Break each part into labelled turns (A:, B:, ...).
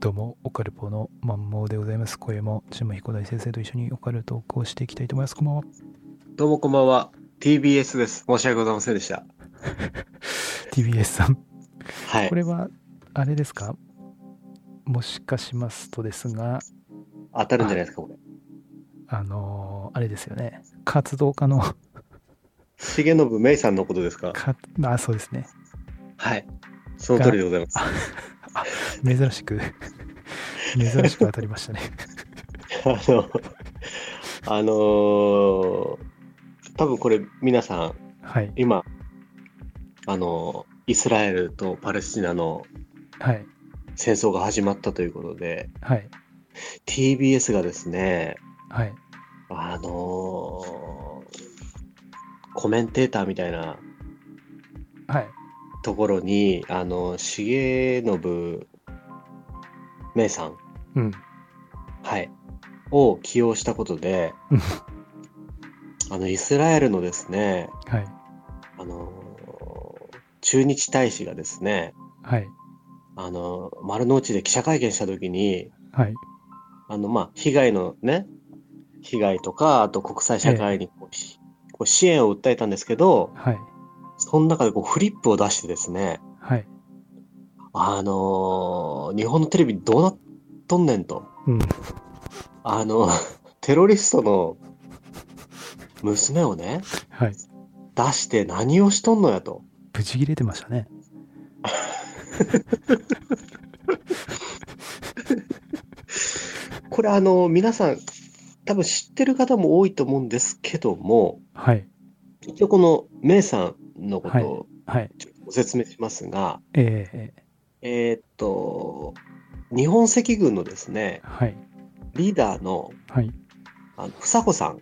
A: どうも、オカルポのマンモーでございます。今夜も、ジム彦大先生と一緒にオカルトークをしていきたいと思います。こんばんは。
B: どうもこんばんは。TBS です。申し訳ございませんでした。
A: TBS さん。
B: はい
A: こ。れは、あれですかもしかしますとですが、
B: 当たるんじゃないですか、これ。
A: あのーあれですよね。活動家の、
B: 重信芽衣さんのことですか
A: かあ、そうですね。
B: はい。その通りでございます。
A: 珍しく、 珍しく当たりましたね。
B: あの、あのー多分これ皆さん、
A: はい。
B: 今、あのーイスラエルとパレスチナの
A: はい。
B: 戦争が始まったということで、
A: はい。
B: TBS がですね、
A: はい。
B: あのーコメンテーターみたいな
A: はい。
B: ところに、あの、重信芽さん、
A: うん。
B: はい、を起用したことで
A: うん、
B: あの、イスラエルのですね、
A: はい。
B: あの、駐日大使がですね、
A: はい。
B: あの、丸の内で記者会見したときに、
A: はい。
B: あの、まあ、被害のね、被害とか、あと国際社会にこうしこう支援を訴えたんですけど、
A: はい。
B: その中でこうフリップを出してですね、
A: はい。
B: あのー日本のテレビどうなっとんねんと。
A: うん
B: あの、 テロリストの娘をね、
A: はい。
B: 出して何をしとんのやと。
A: ブチ切れてましたね。
B: これあの、皆さん、多分知ってる方も多いと思うんですけども、
A: はい。
B: 一応このメイさんのことを
A: はい。
B: ちょっとご説明しますが、
A: えーえ
B: えーっと、日本赤軍のですね、
A: ー、はい。
B: リーダーの、
A: はい。
B: あの、房子さん、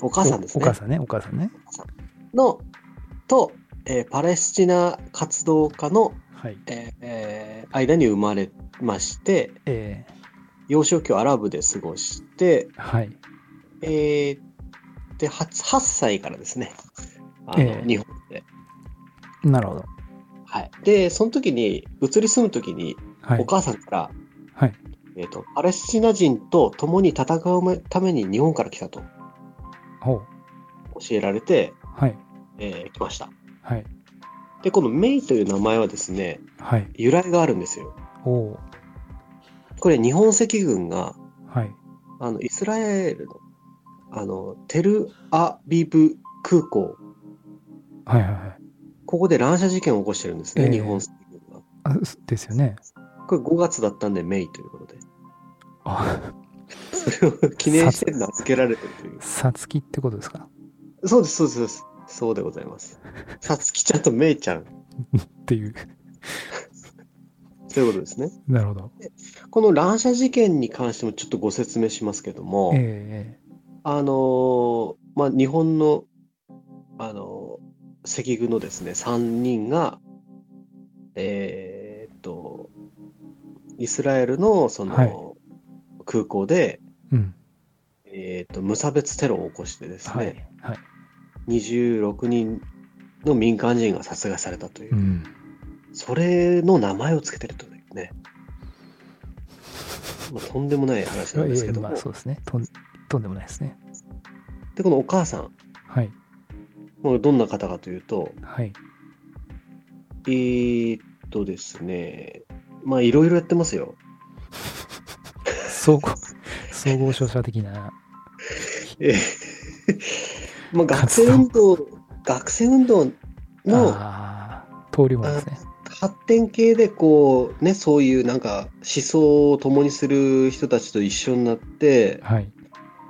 B: お母さんですね。
A: お母さんね、お母さんね。
B: のと、えーパレスチナ活動家の、
A: はい。
B: えーえー間に生まれまして
A: え
B: 幼少期をアラブで過ごして、
A: ー、はい。
B: えーで 8, 8歳からですねあの、
A: ええ
B: 日本で,、
A: なるほど。
B: はい、でその時に移り住む時に
A: は
B: お
A: い。
B: 母さんから、
A: はい。
B: えー、とパレスチナ人と共に戦うために日本から来たと
A: ほう。
B: 教えられて、
A: はい。
B: えー来ました
A: はい。
B: でこのメイという名前はですね
A: はい。
B: 由来があるんですよ
A: おう。
B: これ日本赤軍が
A: はい。
B: あの、イスラエルの、あの、テルアビブ空港、
A: はいはいはい。
B: ここで乱射事件を起こしてるんですね、
A: ええ
B: 日本政府が。
A: あすですよね。
B: これ5月だったんで、メイということで。
A: あ、
B: それを 記念して名付けられてるという。
A: さつきってことですか
B: そうです、そうです、そうです。そうでございます。さつきちゃんとメイちゃん、
A: っていう。
B: ということですね。
A: なるほど。
B: この乱射事件に関してもちょっとご説明しますけども、
A: え
B: あのーまあ、日本の、あのー赤軍のですね、3人が、えーっと、イスラエルのその、
A: はい
B: 空港で、
A: えうん。
B: えーっと、無差別テロを起こしてです
A: は
B: ね、
A: い。はい。
B: 26人の民間人が殺害されたという、
A: うん。
B: それの名前をつけてるというね、まあ、とんでもない話なんですけ
A: え
B: ど
A: え
B: も、
A: まあそうですね。とんとんでもないですね。
B: で、このお母さん、
A: はい。
B: もうどんな方かというと、
A: はい。
B: えー、っとですね、まあいろいろやってますよ。
A: 総合、総合商社的な。
B: えー まあ学生運動、学生運動の
A: ああ、登竜門ですね。
B: 発展系でこうね、そういうなんか思想を共にする人たちと一緒になって、
A: はい。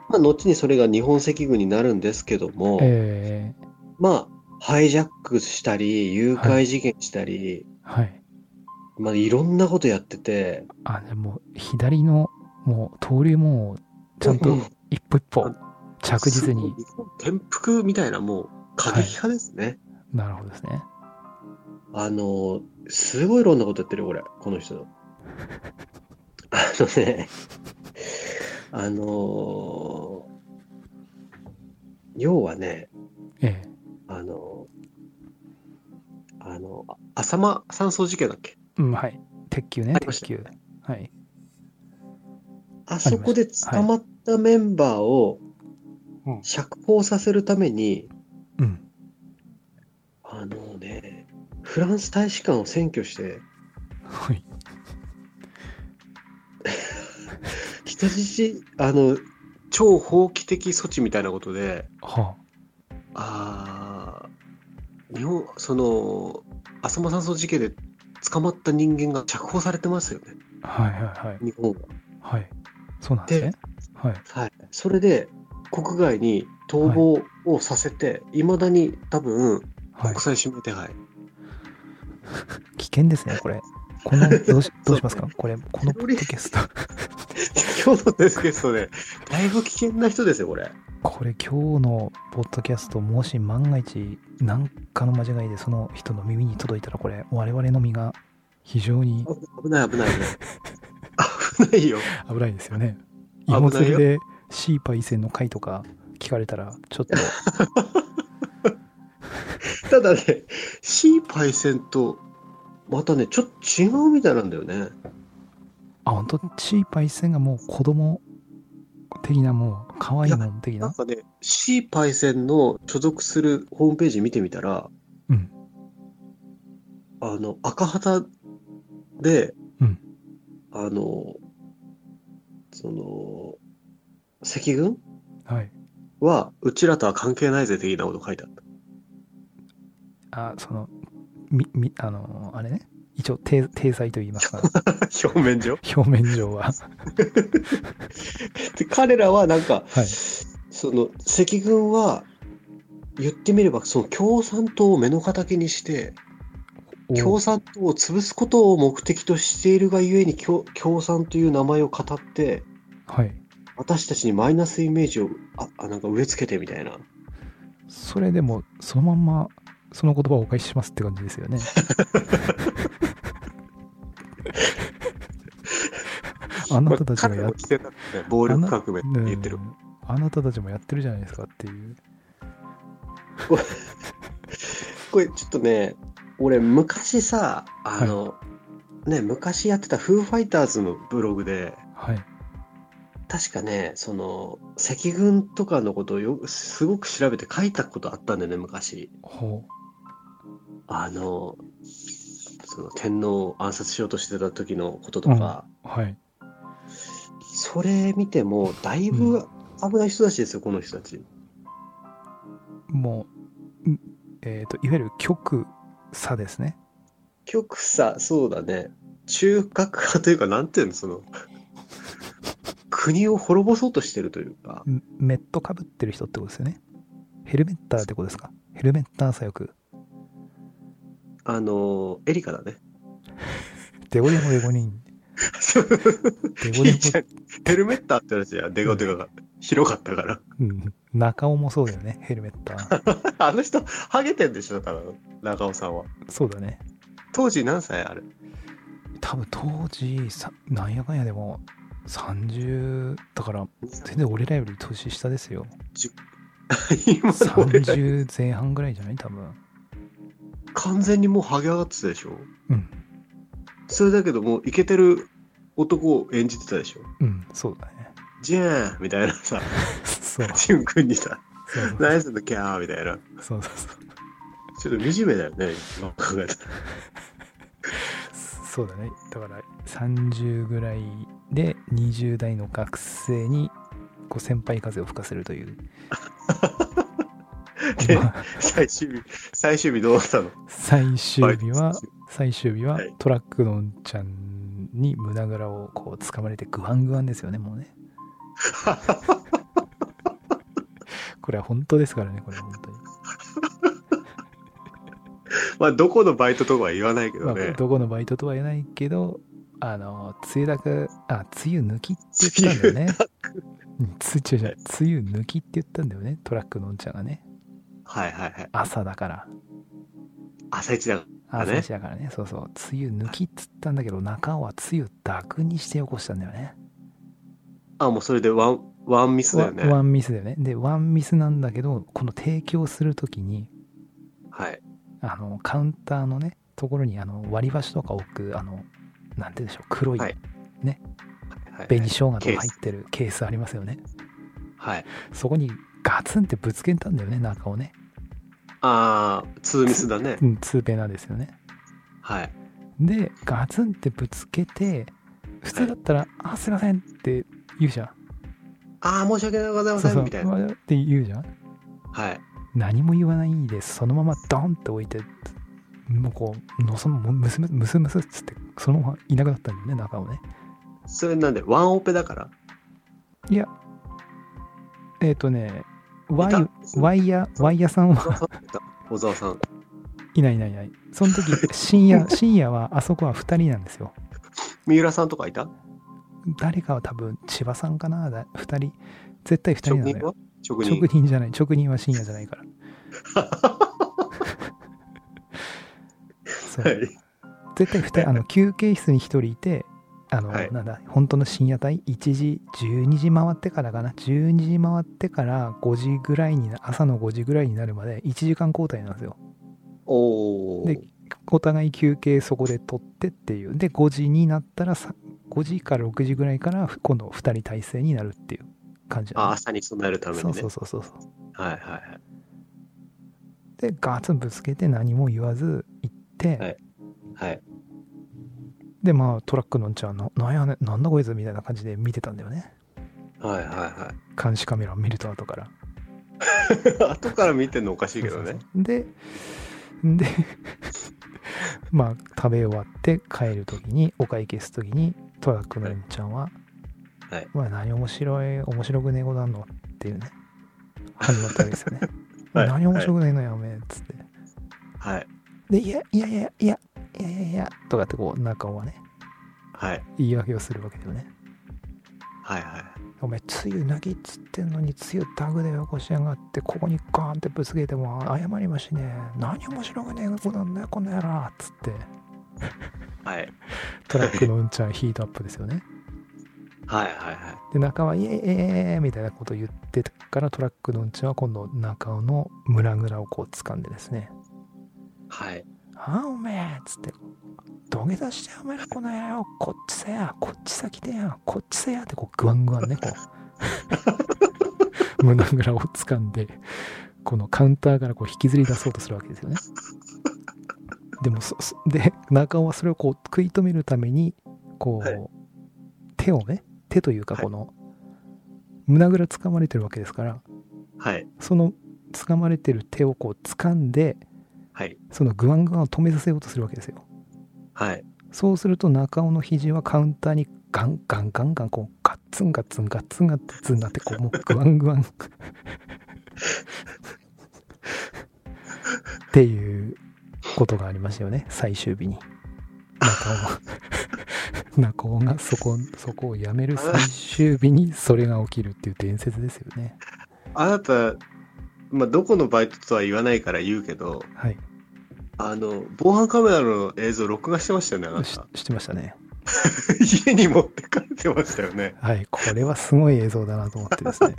B: まあ後にそれが日本赤軍になるんですけども、
A: ええ
B: まあハイジャックしたり、誘拐事件したり、
A: はい。
B: い、まあいろんなことやってて、
A: あ、でも、左の、もう、登竜門を、ちゃんと
B: うん、
A: 一歩一歩、着実に。
B: すごい転覆みたいなもう過激派ですね。
A: なるほどですね。
B: あの、すごいいろんなことやってるよ、これ、この 人。あのね、あの要はね、
A: ええ。
B: あのあの、あ浅間山荘事件だっけ
A: うん、はい。鉄球ね、
B: ありまし
A: 鉄
B: た
A: 球。はい。
B: あそこで捕まったメンバーを
C: うん
B: 釈放させるために、
A: うん。
B: あのね、フランス大使館を占拠して、
A: はい。
B: 人質、あの、超法規的措置みたいなことで、
A: は
B: あー日本、その、浅間山荘事件で捕まった人間が釈放されてますよね、
A: あ。はいはいはい。
B: 日本は。
A: はい。そうなんですね。はい。
B: はい、それで国外に逃亡をさせて、いまだに多分
A: はい
B: 国。際指名手配、
A: 危険ですね、これ。こ のどうしどうしますかこれ、このポッドキャスト。
B: 今日のデスゲストで、だいぶ危険な人ですよ、これ。
A: これ今日のポッドキャストもし万が一何かの間違いでその人の耳に届いたらこれ我々の身が非常に
B: 危ない、危ない、危ない。危ないよ。
A: 危ないですよね。
B: 危ないよ
A: 芋釣りでシーパイセンの回とか聞かれたらちょっ と
B: ただね、シーパイセンと、またね、ちょっと違うみたいなんだよね。
A: あ本当シーパイセンがもう子供的なもう可愛いもん的
B: なん
A: な
B: かね、シーパイセンの所属するホームページ見てみたら、
A: うん
B: あの、赤旗で、
A: うん
B: あの、その、赤軍
A: はい
B: は、うちらとは関係ないぜ的なこと書いてあった。
A: あそのみみあのあれね一応体体裁と言い ますか
B: 表面上。
A: 表面上 は
B: で彼らはなんか、
A: はい
B: その、赤軍は、言ってみれば、その共産党を目の敵にして、
A: お
B: 共産党を潰すことを目的としているがゆえに共共産という名前を語って
A: はい
B: 私たちにマイナスイメージをああなんか植え付けてみたいな
A: それでもそのまんまその言葉をお返ししますって感じですよ ねあなたたちがやっ
B: ってた、ね、暴力革命って言ってる
A: うんあなたたちもやってるじゃないですかっていう
B: これちょっとね俺昔さあの、ね昔やってたフーファイターズのブログで
A: はい
B: 確かねその赤軍とかのことをよすごく調べて書いたことあったんだよね昔
A: ほ
B: あのその天皇を暗殺しようとしてた時のこととか、
A: うはい
B: それ見ても、だいぶ危ない人たちですよ、この人たち。
A: もうんえっ、といわゆる極左ですね
B: 極左、そうだね。中核派というか、なんていうの、その、国を滅ぼそうとしてるというか、
A: んメットかぶってる人ってことですよねヘルメッターってことですかヘルメッター左翼
B: あの、エリカだね。
A: デゴデゴデゴ人デゴ
B: ひ
A: デ
B: い
A: ゴ
B: ちゃんヘルメッターって話や、でかでかが、広かったから。
A: うん中尾もそうだよね、ヘルメッター。
B: あの人、ハゲてんでしょ、ただの、中尾さんは。
A: そうだね。
B: 当時何歳あれ
A: 多分当時、さなんやかんやでも30だから、全然俺らより年下ですよ。
B: 今の 俺ら
A: 30前半ぐらいじゃない多分。
B: 完全にもうハゲ上がってたでしょ
A: うん、
B: それだけどもうイケてる男を演じてたでしょ
A: うん、そうだね。
B: じゃあみたいなさ、
A: そう。
B: チュン君にさ、
A: そうそう
B: ナイスのキャーみたいな。
A: そうそうそう。
B: ちょっと惨めだよね、今考えたら。
A: そうだね。だから30ぐらいで20代の学生にこう先輩風を吹かせると いう。
B: で
A: まあ
B: 最終日、最終日どうだったの
A: 最終日は最終日は
B: はい
A: トラックのんちゃんに胸ぐらをこう掴まれてグワングワンですよねもう ねこれは本当ですからねこれは本当に、
B: まあ、どこのバイトとかは言わないけ
A: ま
B: ど
A: あ、
B: ね。
A: どこのバイトとは言えないけどあの梅雨だくあ梅雨抜きって言ったんだよねうんつ違う違う梅雨抜きって言ったんだよねトラックのんちゃんがね
B: はいはいはい。
A: 朝だから
B: 朝一だかあ
A: 朝
B: ね
A: 一だからねそうそう梅雨抜きっつったんだけど中尾は梅雨だくにして起こしたんだよね
B: ら。あ、もうそれでワン、ワンミスだよね。
A: ワワンミスだよねでワンミスなんだけどこの提供するときに
B: はい。
A: あのカウンターのねところにあの割り箸とか置くあのなんて言うんでしょう黒い、
B: はいはい。
A: 紅生姜とか入ってるケースありますよね。
B: はい。
A: そこにガツンってぶつけたんだよね、中をね。
B: ああ、ツーミスだね
A: う。ん、ツーペなんですよね。
B: はい。
A: で、ガツンってぶつけて、普通だったら、あ、すいませんって言うじゃん。
B: ああ、申し訳ございま
A: そう
B: せ
A: そ
B: ん、
A: う、
B: みたいな。
A: わーって言うじゃん。
B: はい。
A: 何も言わないでそのままドンって置いてもうこうのそのむすむむすむすっつってそのままいなくなったんだよね中をね
B: それなんで、ワンオペだから
A: えっ、とねワイ
B: いた
A: ワイヤワイヤさんは
B: 小沢さんいた小沢さん。
A: いないいないいないその時深 夜深夜はあそこは2人なんですよ
B: 三浦さんとかいた
A: 誰かは多分千葉さんかなだ2人絶対2人
B: 職
A: なんだ
B: 人
A: よ
B: は職人
A: 職人じゃない職人は深夜じゃないからそう、
B: はい。
A: 絶対2人あの休憩室に1人いてあの、
B: はい
A: なんだ本当の深夜帯1時12時回ってからかな12時回ってから5時ぐらいにな朝の5時ぐらいになるまで1時間交代なんですよ
B: おお。
A: でお互い休憩そこで取ってっていうで5時になったらさ5時から6時ぐらいから今度2人体制になるっていう感じな
B: あ
A: ん
B: ー
A: です
B: 朝に備えるために
A: そ
B: ね。
A: うそうそうそうそう
B: はいはいはい。
A: でガツンぶつけて何も言わず行って、
B: はいはい。
A: でまあトラックのんちゃんの「なんやねんなんだこいつ」みたいな感じで見てたんだよね
B: はいは
A: 監視カメラを見ると後から。
B: い はい。後から見てんのおかしいけど
A: そう
B: ね
A: そ。うそうで、で、 まあ、食べ終わって帰るときに、お会計するときに、トラックのエミちゃんは、
B: はい
A: まあ、何面白い、面白くねえことあんのっていうね、始まったわけですよね。
B: はい
A: 何面白くねえのやめえっつって。
B: はい
A: で、いや、いやいやいや、いやいやいや、とかってこう、中尾はね、
B: はい
A: 言い訳をするわけだよね。
B: はいはい。
A: お前、つゆなぎっつってんのに、つゆダグでよこしやがって、ここにガーンってぶつけても謝りましねえ。何面白くねえことなんだよ、この野郎っつって、
B: はい
A: トラックのうんちゃんヒートアップですよね。
B: はいはいはい。
A: で、中は、イエーイイエーイみたいなこと言ってから、トラックのうんちゃんは今度、中尾の村ぐらをこう掴んでですね、
B: はい。
A: ああ、おめえっつって、土下座して、お前らこの野郎、こっちせや、こっち先でや、こっちせやって、こう、ぐわんぐわんね、こう、 胸ぐらを掴んで、このカウンターからこう引きずり出そうとするわけですよね。でもそ、そで、中尾はそれをこう、食い止めるために、こう、
B: はい
A: 手をね、手というか、
B: はい
A: この、胸ぐら掴まれてるわけですから、
B: はい
A: その掴まれてる手をこう、掴んで、
B: はい
A: そのグワングワンを止めさせようとするわけですよ。
B: はい。
A: そうすると中尾の肘はカウンターにガンガンガンガンこうガッツンガッツンガッツンガッツンなってこうもうグワングワン っていうことがありましたよね最終日に中尾 中尾がそこそこをやめる最終日にそれが起きるっていう伝説ですよね
B: あなた、まあ、どこのバイトとは言わないから言うけど、
A: はい
B: あの、防犯カメラの映像録画してましたよね、あな。
A: したしてましたね
B: 家に持って帰ってましたよね。
A: はい、これはすごい映像だなと思ってです ね。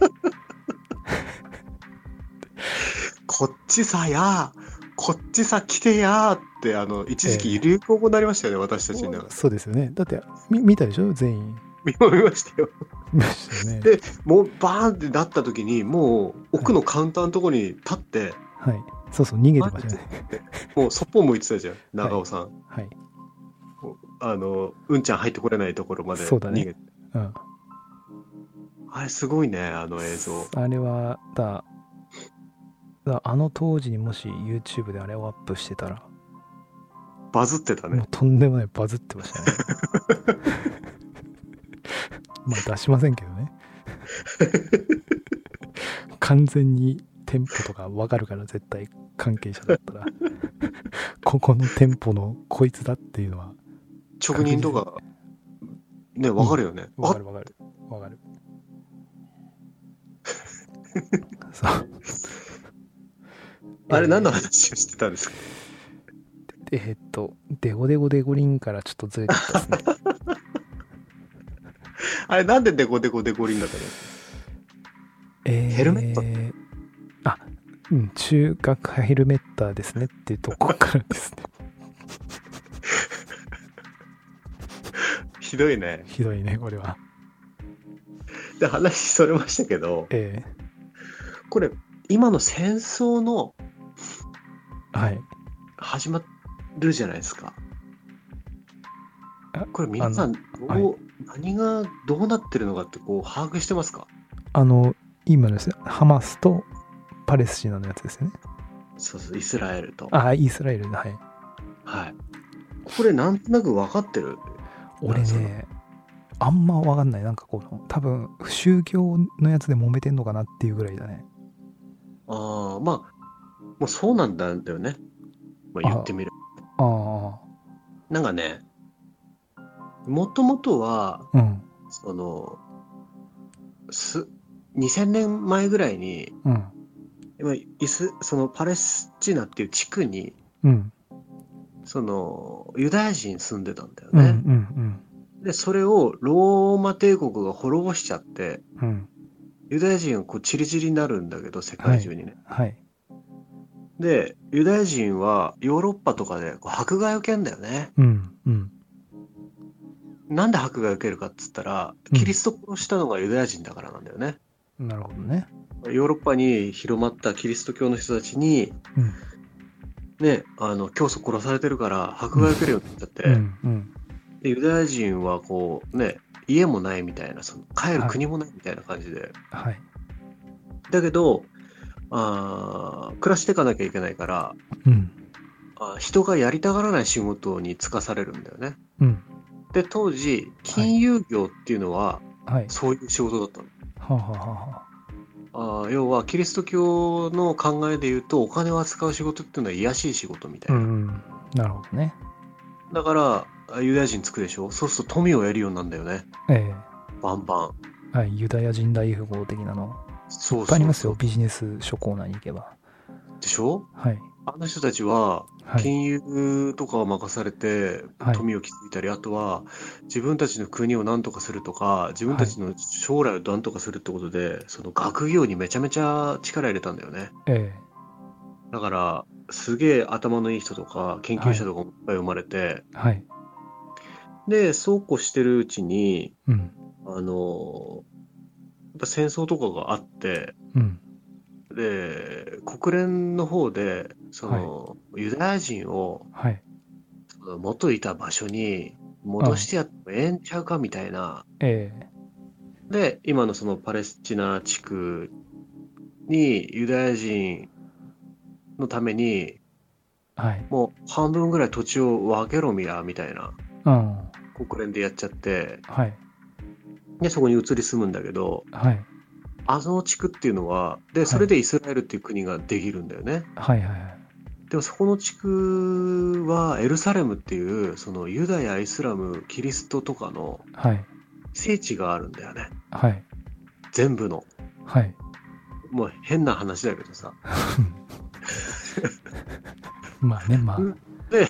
B: こっちさや、こっちさ来てやって、あの、一時期流行語になりましたよね、私たちの中で。
A: そうですよね。だって、み見たでしょ全 員。
B: 見ま見ましたよ。
A: 見ましたよね。
B: で、もうバーンってなった時に、もう奥のカウンターのところに立って、
A: はい。そうそう、逃げてましたよね。
B: もうそっぽ向いてたじゃん、長尾さん。
A: はい。
B: あの、うんちゃん入ってこれないところまで
A: そうだね
B: 逃げて。
A: うん。
B: あれすごいね、あの映像。
A: あれは、だ、だあの当時にもし YouTube であれをアップしてたら、
B: バズってた
A: も
B: ね
A: う。とんでもないバズってましたね。 まあ出しませんけどね。完全に店舗とかわかるから絶対関係者だった らここの店舗のこいつだっていうのは
B: 職人とか、ね、わかるよね。
A: わ
B: あ
A: かるわかるわかる そう
B: あれ何の
A: えー
B: 話をしてたんですか
A: えーっとデゴデゴデゴリンからちょっとずれてったです ね
B: あれなんでデコデコデコリンだったの
A: えー
B: ヘルメット
A: あうん中学ヘルメッターですねっていうとこからですね
B: ひどいね。
A: ひどいねこれは
B: で話それましたけど、
A: え
B: これ、今の戦争の
A: えはい。
B: 始まるじゃないですか
A: あ。
B: これ皆さんどう、
A: あの
B: 何がどうなってるのかってこう把握してますか
A: あの、今のですね、ハマスとパレスチナのやつですよね。
B: そうそう、イスラエルと。
A: あ、イスラエルの、はい。
B: はい。これなんとなく分かってる
A: 俺ね、あんまわかんない。なんかこの、多分、宗教のやつで揉めてんのかなっていうぐらいだね。
B: ああ、まあ、もうそうなんだよね。まあ、言ってみる。
A: あ
B: なんかね、もともとは、
A: あ、うん、
B: その、す、2000年前ぐらいに、
A: うん、
B: 今イスそのパレスチナっていう地区に、
A: うん、
B: その、ユダヤ人住んでたんだよ
A: うん、うん、う
B: ね。
A: ん、
B: で、それをローマ帝国が滅ぼしちゃって、
A: うん、
B: ユダヤ人がこうチリチリになるんだけど、世界中にね。
A: はい。
B: で、ユダヤ人はヨーロッパとかでこう迫害を受けんだよね。
A: うん、うん、
B: なんで迫害を受けるかっつったら、
A: うん
B: キリストを殺したのがユダヤ人だからなんだよね。
A: なるほどね。
B: ヨーロッパに広まったキリスト教の人たちに、
A: うん
B: ね、あの、教祖殺されてるから迫害を受けるようになっちゃって、
A: うん、うん、
B: でユダヤ人はこう、ね、家もないみたいな、その帰る国もないみたいな感じで。
A: はい。
B: だけど、あー暮らしていかなきゃいけないから、
A: うん、
B: あー人がやりたがらない仕事に就かされるんだよね。
A: うん、
B: で、当時、金融業っていうのは、
A: はい。
B: そういう仕事だったの。
A: はあ、はあはあはあ、
B: あー要は、キリスト教の考えで言うと、お金を扱う仕事っていうのは癒しい仕事みた
A: う
B: いな。
A: ん、なるほどね。
B: だから、あユダヤ人つくでしょそうすると富を得るようになるんだよね。
A: え
B: バンバン。
A: えはい。ユダヤ人大富豪的なの。
B: そう
A: いっ
B: そう
A: ぱ
B: そ
A: いうありますよ。ビジネス書コーナーに行けば。
B: でしょ
A: はい。
B: あの人たちは、
A: はい。
B: 金融とかを任されて
A: はい
B: 富を築いたり、あとは自分たちの国を何とかするとか自分たちの将来を何とかするってことで、その学業にめちゃめちゃ力入れたんだよね
A: ええ
B: だからすげえ頭のいい人とか研究者とかもいっぱい生まれて、
A: はい。
B: でそうこうしてるうちに
A: うん、
B: あのやっぱ戦争とかがあって
A: うん、
B: で国連の方でその、ユダヤ人を
A: はい。
B: 元いた場所に戻してやってもええんちゃうかみたいな。
A: ええ
B: で、今のそのパレスチナ地区にユダヤ人のために
A: はい。
B: もう半分ぐらい土地を分けろみや、みたいな
A: うん、
B: 国連でやっちゃって、
A: はい。
B: で、そこに移り住むんだけど、
A: はい。
B: あの地区っていうのは、で、それでイスラエルっていう国ができるんだよね。
A: はい、はい、はい。
B: でもそこの地区はエルサレムっていう、そのユダヤ、イスラム、キリストとかの
A: はい。
B: 聖地があるんだよね。
A: はい。
B: 全部の。
A: はい。
B: もう変な話だけどさ。
A: まあね、まあ、
B: うんで、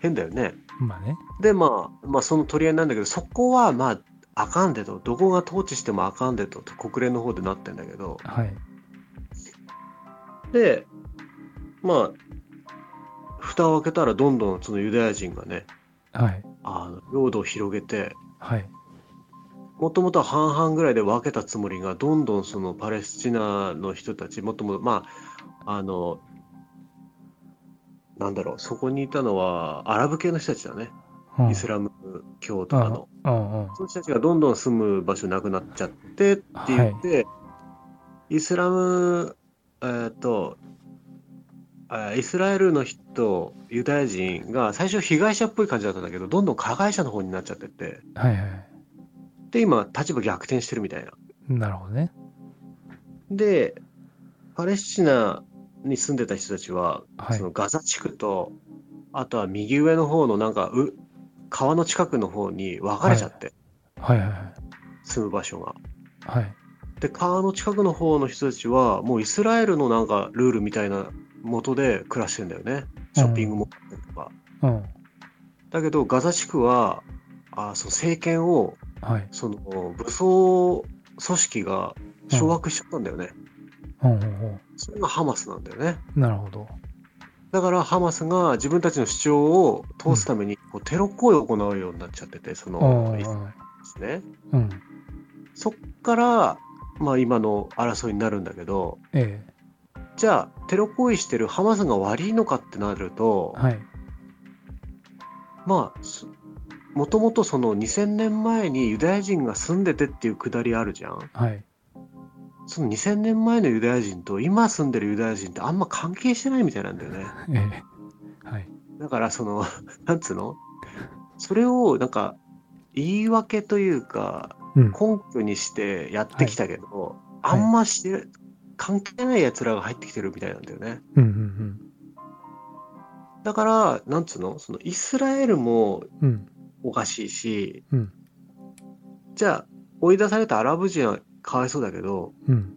B: 変だよね。
A: まあね。
B: で、まあ、まあ、その取り合いなんだけど、そこはまあ、あかんでと、どこが統治してもあかんでと、国連の方でなってんだけど、
A: はい。
B: で、まあ、蓋を開けたらどんどんそのユダヤ人がね、
A: はい。
B: あの領土を広げて、
A: はい。
B: もともとは半々ぐらいで分けたつもりが、どんどんそのパレスチナの人たち、もともと、まあ、あの、なんだろう、そこにいたのはアラブ系の人たちだね。
A: うん
B: イスラム教とかの。
A: うんうん。
B: その人たちがどんどん住む場所なくなっちゃってって言って、イスラム、えーっと、あイスラエルの人、ユダヤ人が最初被害者っぽい感じだったんだけど、どんどん加害者の方になっちゃってて、
A: はいはい。
B: で、今、立場逆転してるみたいな。
A: なるほどね。
B: で、パレスチナに住んでた人たちは、
A: はい
B: そ。のガザ地区と、あとは右上の方のなんか、う川の近くの方に分かれちゃって、
A: はいはいはい。
B: 住む場所が。
A: はい。
B: で川の近くの方の人たちはもうイスラエルのなんかルールみたいな元で暮らしてんだよねショッピングモールとか、
A: うん。
B: だけどガザ地区はあその政権を
A: はい。
B: その武装組織が掌握しちゃったんだよね、
A: うんうんう
B: それがハマスなんだよね
A: ん。なるほど。
B: だからハマスが自分たちの主張を通すためにこうテロ行為を行うようになっちゃっててそ
A: うん
B: の
A: う
B: で
A: ん
B: すね
A: うん。
B: そっから、まあ、今の争いになるんだけど、
A: ええ
B: じゃあ、テロ行為してるハマスが悪いのかってなると、
A: はい
B: まあ、すもともとその2000年前にユダヤ人が住んでてっていうくだりあるじゃん。
A: はい
B: その2000年前のユダヤ人と今住んでるユダヤ人ってあんま関係してないみたいなんだよね。
A: ええはい
B: だからその、 なんつうのそれをなんか言い訳というか
A: うん
B: 根拠にしてやってきたけど、
A: はいはい
B: あんまして、関係ない奴らが入ってきてるみたいなんだよね。
A: うんうん
B: だから、なんつうのそのイスラエルも
A: うんうん
B: おかしいし、
A: うん
B: じゃあ追い出されたアラブ人はかわいそうだけど
A: うん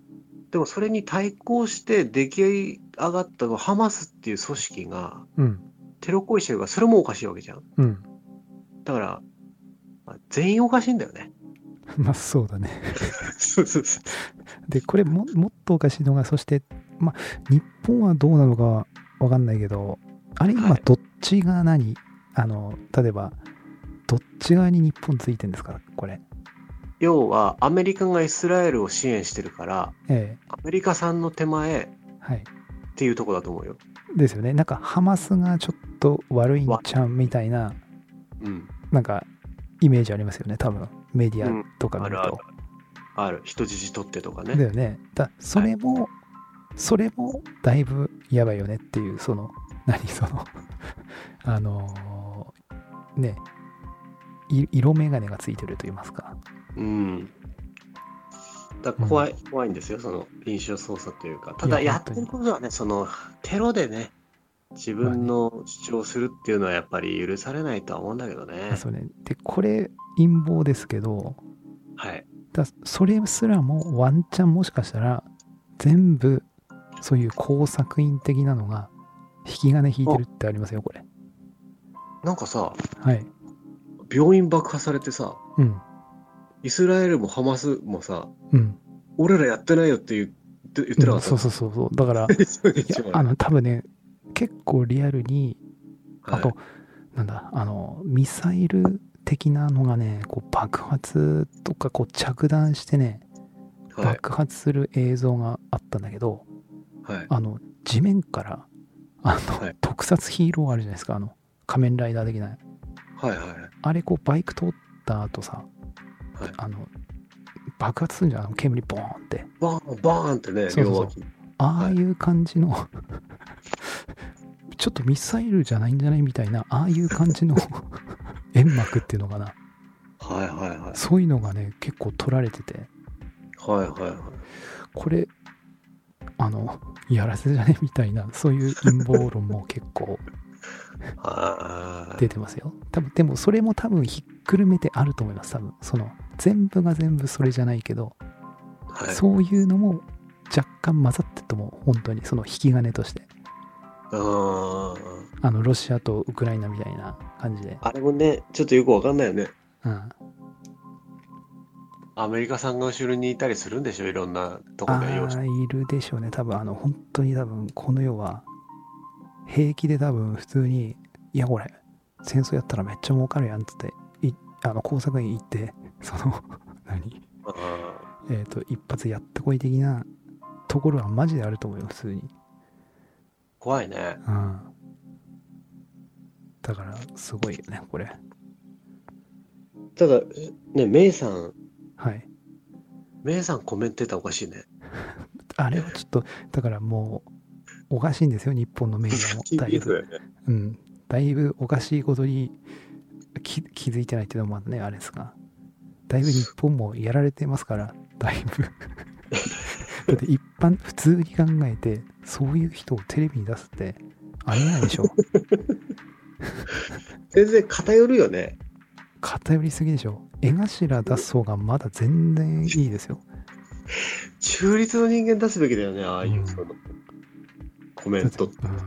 B: でもそれに対抗して出来上がったのハマスっていう組織が
A: うん
B: テロ行為してるからそれもおかしいわけじゃん
A: うん
B: だからまあ全員おかしいんだよ ね
A: まあそうだね
B: そうそうそう
A: でこれももっとおかしいのがそしてまあ日本はどうなのかわかんないけどあれ今
B: はい
A: どっちが何、あの例えばどっち側に日本ついてんですかこれ
B: 要はアメリカがイスラエルを支援してるから
A: え
B: アメリカ産の手前
A: えはい
B: っていうとこだと思うよ
A: ですよねなんかハマスがちょっと悪いんちゃんみたいな
B: うん
A: なんかイメージありますよね多分メディアとか見
B: あ
A: る
B: るある
A: と、
B: ある人質取ってとか
A: だ
B: ね
A: よねだそれも、それもだいぶやばいよねっていうその何その あのーねい色眼鏡がついてると言いますか
B: うんだから怖い、怖いんですよ、その臨床操作というか、た
A: い
B: だ
A: や
B: やってることはね、そのテロでね、自分の主張をするっていうのはやっぱり許されないとは思うんだけどね。
A: そうねでこれ陰謀ですけど
B: はい。
A: だそれすらもワンチャンもしかしたら全部そういう工作員的なのが引き金引いてるってありますよこれ
B: なんかさ、
A: はい
B: 病院爆破されてさ、
A: うん
B: イスラエルもハマスもさ、
A: うん
B: 俺らやってないよって言って言ってなか
A: う
B: っ
A: ん
B: た、
A: そうそうそうそうだ から
B: そう。
A: いやあの多分ね結構リアルにあと、
B: はい
A: なんだあのミサイル的なのがねこう爆発とかこう着弾してね
B: はい。
A: 爆発する映像があったんだけど、
B: はい。
A: あの地面からあの、
B: はい
A: 特撮ヒーローあるじゃないですかあの仮面ライダー的な
B: はい。はい。
A: あれこうバイク通った後さ、
B: はい
A: あの爆発するんじゃんあの煙ボーンって
B: バーン、バーンってね、
A: そうそう
B: 両
A: そう
B: 脇。
A: ああいう感じの、ちょっとミサイルじゃないんじゃないみたいな、ああいう感じ の煙幕っていうのかな、
B: はいはいはい。
A: そういうのがね、結構取られてて、
B: はいはいはい。
A: これ、あの、やらせじゃねみたいな、そういう陰謀論も結構
B: あー
A: 出てますよ。多分でも、それも多分ひっくるめてあると思います、多分その、全部が全部それじゃないけど、
B: はい。
A: そういうのも若干混ざってとも、本当に、その引き金として、
B: あー
A: あの、ロシアとウクライナみたいな感じで。
B: あれもね、ちょっとよくわかんないよね。
A: うん
B: アメリカさんが後ろにいたりするんでしょいろんなとこ
A: あ
B: ろで用紙。
A: ーいるでしょうね多分あの本当に多分この世は平気で多分普通にいやこれ戦争やったらめっちゃ儲かるやんっつっていあの工作員行ってその 何
B: あ
A: えっ、と一発やってこい的なところはマジであると思うよ普通に
B: ー怖いね。
A: うんだからすごいよねこれ
B: ただ、ね、メイさん、
A: はい
B: メイさんコメンテーターおかしいね。
A: あれはちょっとだからもうおかしいんですよ日本のメディアも だいぶ
B: ね。
A: うん、だいぶおかしいことに気気づいてないっていうのもまだねあれですがだいぶ日本もやられてますからだいぶ だって一般普通に考えてそういう人をテレビに出すってありえないでしょ
B: 全然偏るよね。
A: 偏りすぎでしょ江頭出す方がまだ全然いいですよ
B: 中立の人間出すべきだよね、ああいう、
A: うん
B: そのコメントって。
A: うん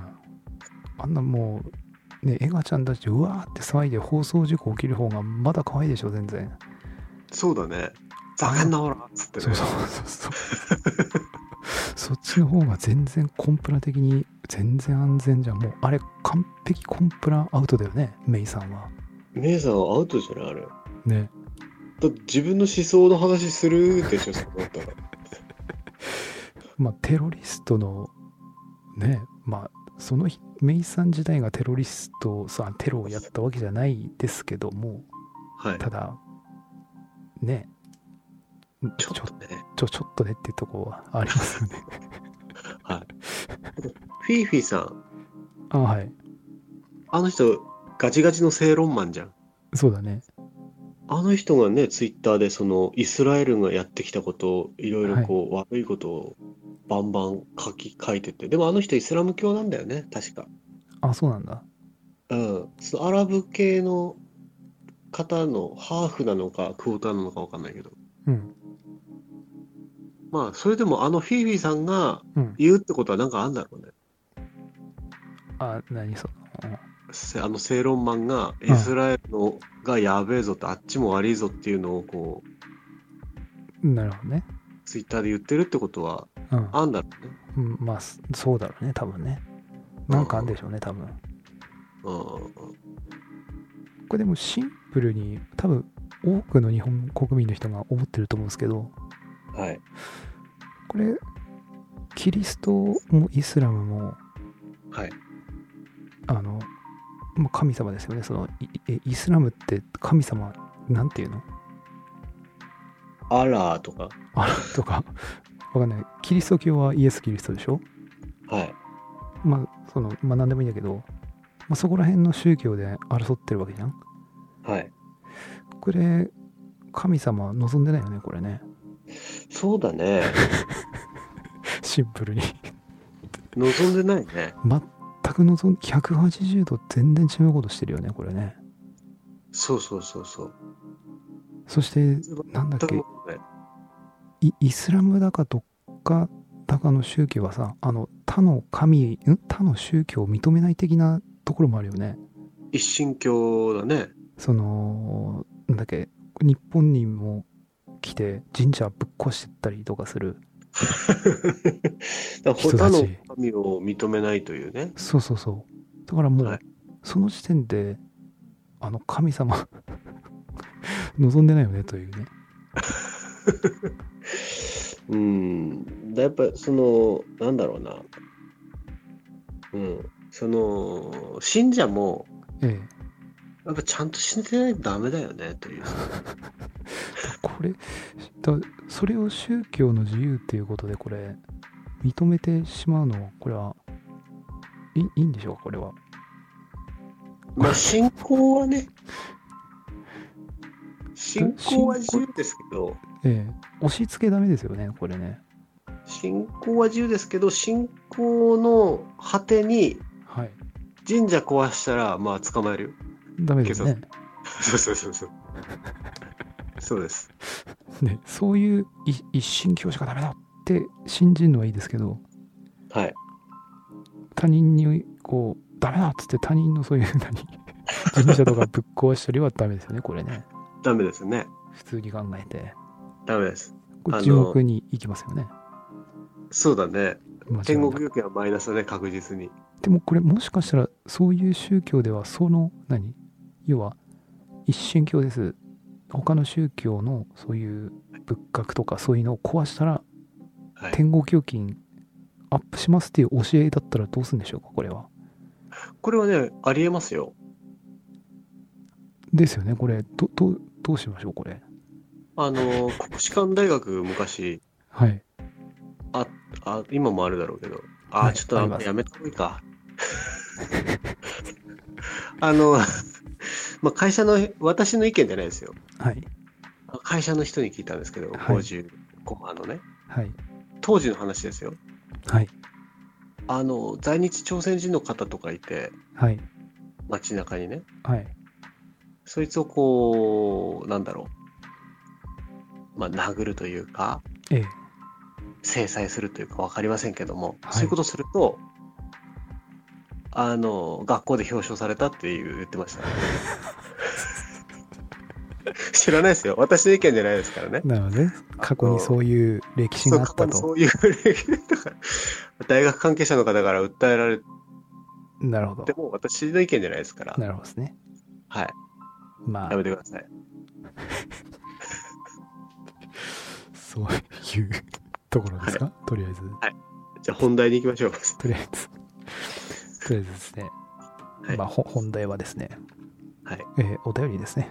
A: あんなもうね江頭ちゃんたちうわーって騒いで放送事故起きる方がまだ可愛いでしょ全然
B: そうだね。ざけんなほらっつってね。
A: そうそうそうそう そっちの方が全然コンプラ的に全然安全じゃんもうあれ完璧コンプラアウトだよねメイさんは
B: メイさんはアウトじゃないあれ。
A: ね
B: だって自分の思想の話するでしょ、そこだったら。
A: まあ、テロリストの、ね、まあ、その日、メイさん自体がテロリスト、そうあテロをやったわけじゃないですけども、
B: はい。
A: ただ、ね、
B: ちょっとね。
A: ちょ、ちょっとねっていうとこはありますよ ね。
B: フィーフィーさん、
A: あはい。
B: あの人、ガチガチの正論マンじゃん。
A: そうだね。
B: あの人がね、ツイッターで、その、イスラエルがやってきたことを、いろいろこう、悪いことをバンバン書き、書いてて。でもあの人、イスラム教なんだよね、確か。
A: あ、そうなんだ。
B: うん。そのアラブ系の方の、ハーフなのか、クォーターなのかわかんないけど。
A: うん。
B: まあ、それでもあのフィーフィーさんが
A: うん。
B: 言うってことはなんかあんだろうね。
A: あ、何その、
B: せあの正論マンが
A: うん
B: イスラエルのがやべえぞってあっちも悪いぞっていうのをこう
A: うんなるほどね。
B: ツイッターで言ってるってことは
A: うん。
B: あんだろうね。
A: うんまあ、そそうだろうね、多分ね。なんかあるんでしょうね、多分。
B: う
A: これでもシンプルに、多分、多くの日本国民の人が思ってると思うんですけど、
B: ん。はい。
A: これ、キリストもイスラムも、
B: はい。
A: あの、まあ、神様ですよね。そのいえイスラムって神様、なんていうの
B: アラーとか。
A: あらとか、わかんない。キリスト教はイエス・キリストでしょ
B: はい。
A: まあ、その、まあ、なんでもいいんだけど、まあ、そこら辺の宗教で争ってるわけじゃん。
B: はい。
A: これ、神様望んでないよね、これね。
B: そうだね。
A: シンプルに。
B: 望んでないね。
A: 全く望ん、180度全然違うことしてるよね、これね。
B: そうそうそうそう。
A: そして、なんだっけ
B: 全、くね
A: イイスラムだかどっかだかの宗教はさ、あの、他の神、ん他の宗教を認めない的なところもあるよね。
B: 一神教だね。
A: その、なんだっけ、日本にも来て神社ぶっ壊してったりとかする。
B: だから他の
A: 人
B: 神を認めないというね。
A: そうそうそう。だからもう、
B: はい
A: その時点で、あの神様 望んでないよねというね。
B: うん、だやっぱその、なんだろうな、うん、その、信者も、
A: え
B: やっぱちゃんと信じてないとダメだよねと いう、
A: え、これだそれを宗教の自由っていうことでこれ認めてしまうのはこれはいいいんでしょうかこれは
B: まあ、信仰はね、信仰は自由ですけど、
A: ええ押し付けダメですよねこれね
B: 信仰は自由ですけど、信仰の果てに
A: はい
B: 神社壊したら、まあ、捕まえるよ。
A: ダメですね
B: そうそうそうそう。そうです。
A: ねそういうい一神教しかダメだって信じるのはいいですけど
B: はい。
A: 他人にこうダメだっつって他人のそういう 何神社とかぶっ壊したりはダメですよねこれね
B: ダメですね。
A: 普通に考えて
B: ダメです。
A: こ
B: あ
A: れ
B: の
A: 地獄に行きますよね
B: そうだね。
A: 間違いなく
B: 天国行きはマイナスだね、確実に。
A: でもこれもしかしたらそういう宗教ではその何要は一神教です他の宗教のそういう仏閣とかそういうのを壊したら
B: はい、
A: 天国預金アップしますっていう教えだったらどうするんでしょうかこれは
B: これはね、ありえますよ。
A: ですよねこれどどうどうしましょうこれ
B: あ の、国士舘大学、昔、
A: はい
B: あ、今もあるだろうけど、
A: は
B: あ、
A: い
B: ちょっと
A: あ
B: あ
A: り
B: の
A: ます
B: やめた方がいいか。 あの、 まあ、会社の、私の意見じゃないですよ。
A: はい
B: 会社の人に聞いたんですけど、
A: はい
B: 55万のね、
A: はい
B: 当時の話ですよ。
A: はい
B: あの、在日朝鮮人の方とかいて、
A: はい
B: 街中にね、
A: はい
B: そいつをこう、なんだろう、まあ、殴るというか、
A: ええ
B: 制裁するというか分かりませんけども、
A: はい
B: そういうことするとあの学校で表彰されたっていう言ってました 知らないですよ私の意見じゃないですからね
A: なので過去にそういう歴史
B: そう
A: があった
B: そ
A: と
B: ういうだから大学関係者の方から訴えられ
A: なるほど
B: ても私の意見じゃないですから
A: なるほどですね
B: はい
A: まあ
B: やめてください
A: そういうところですか、とりあえず。
B: じゃあ本題に行きましょう。
A: とりあえず。とりあえずですね。
B: はい
A: まあ、ほ本題はですね、
B: はい
A: えーお便りですね。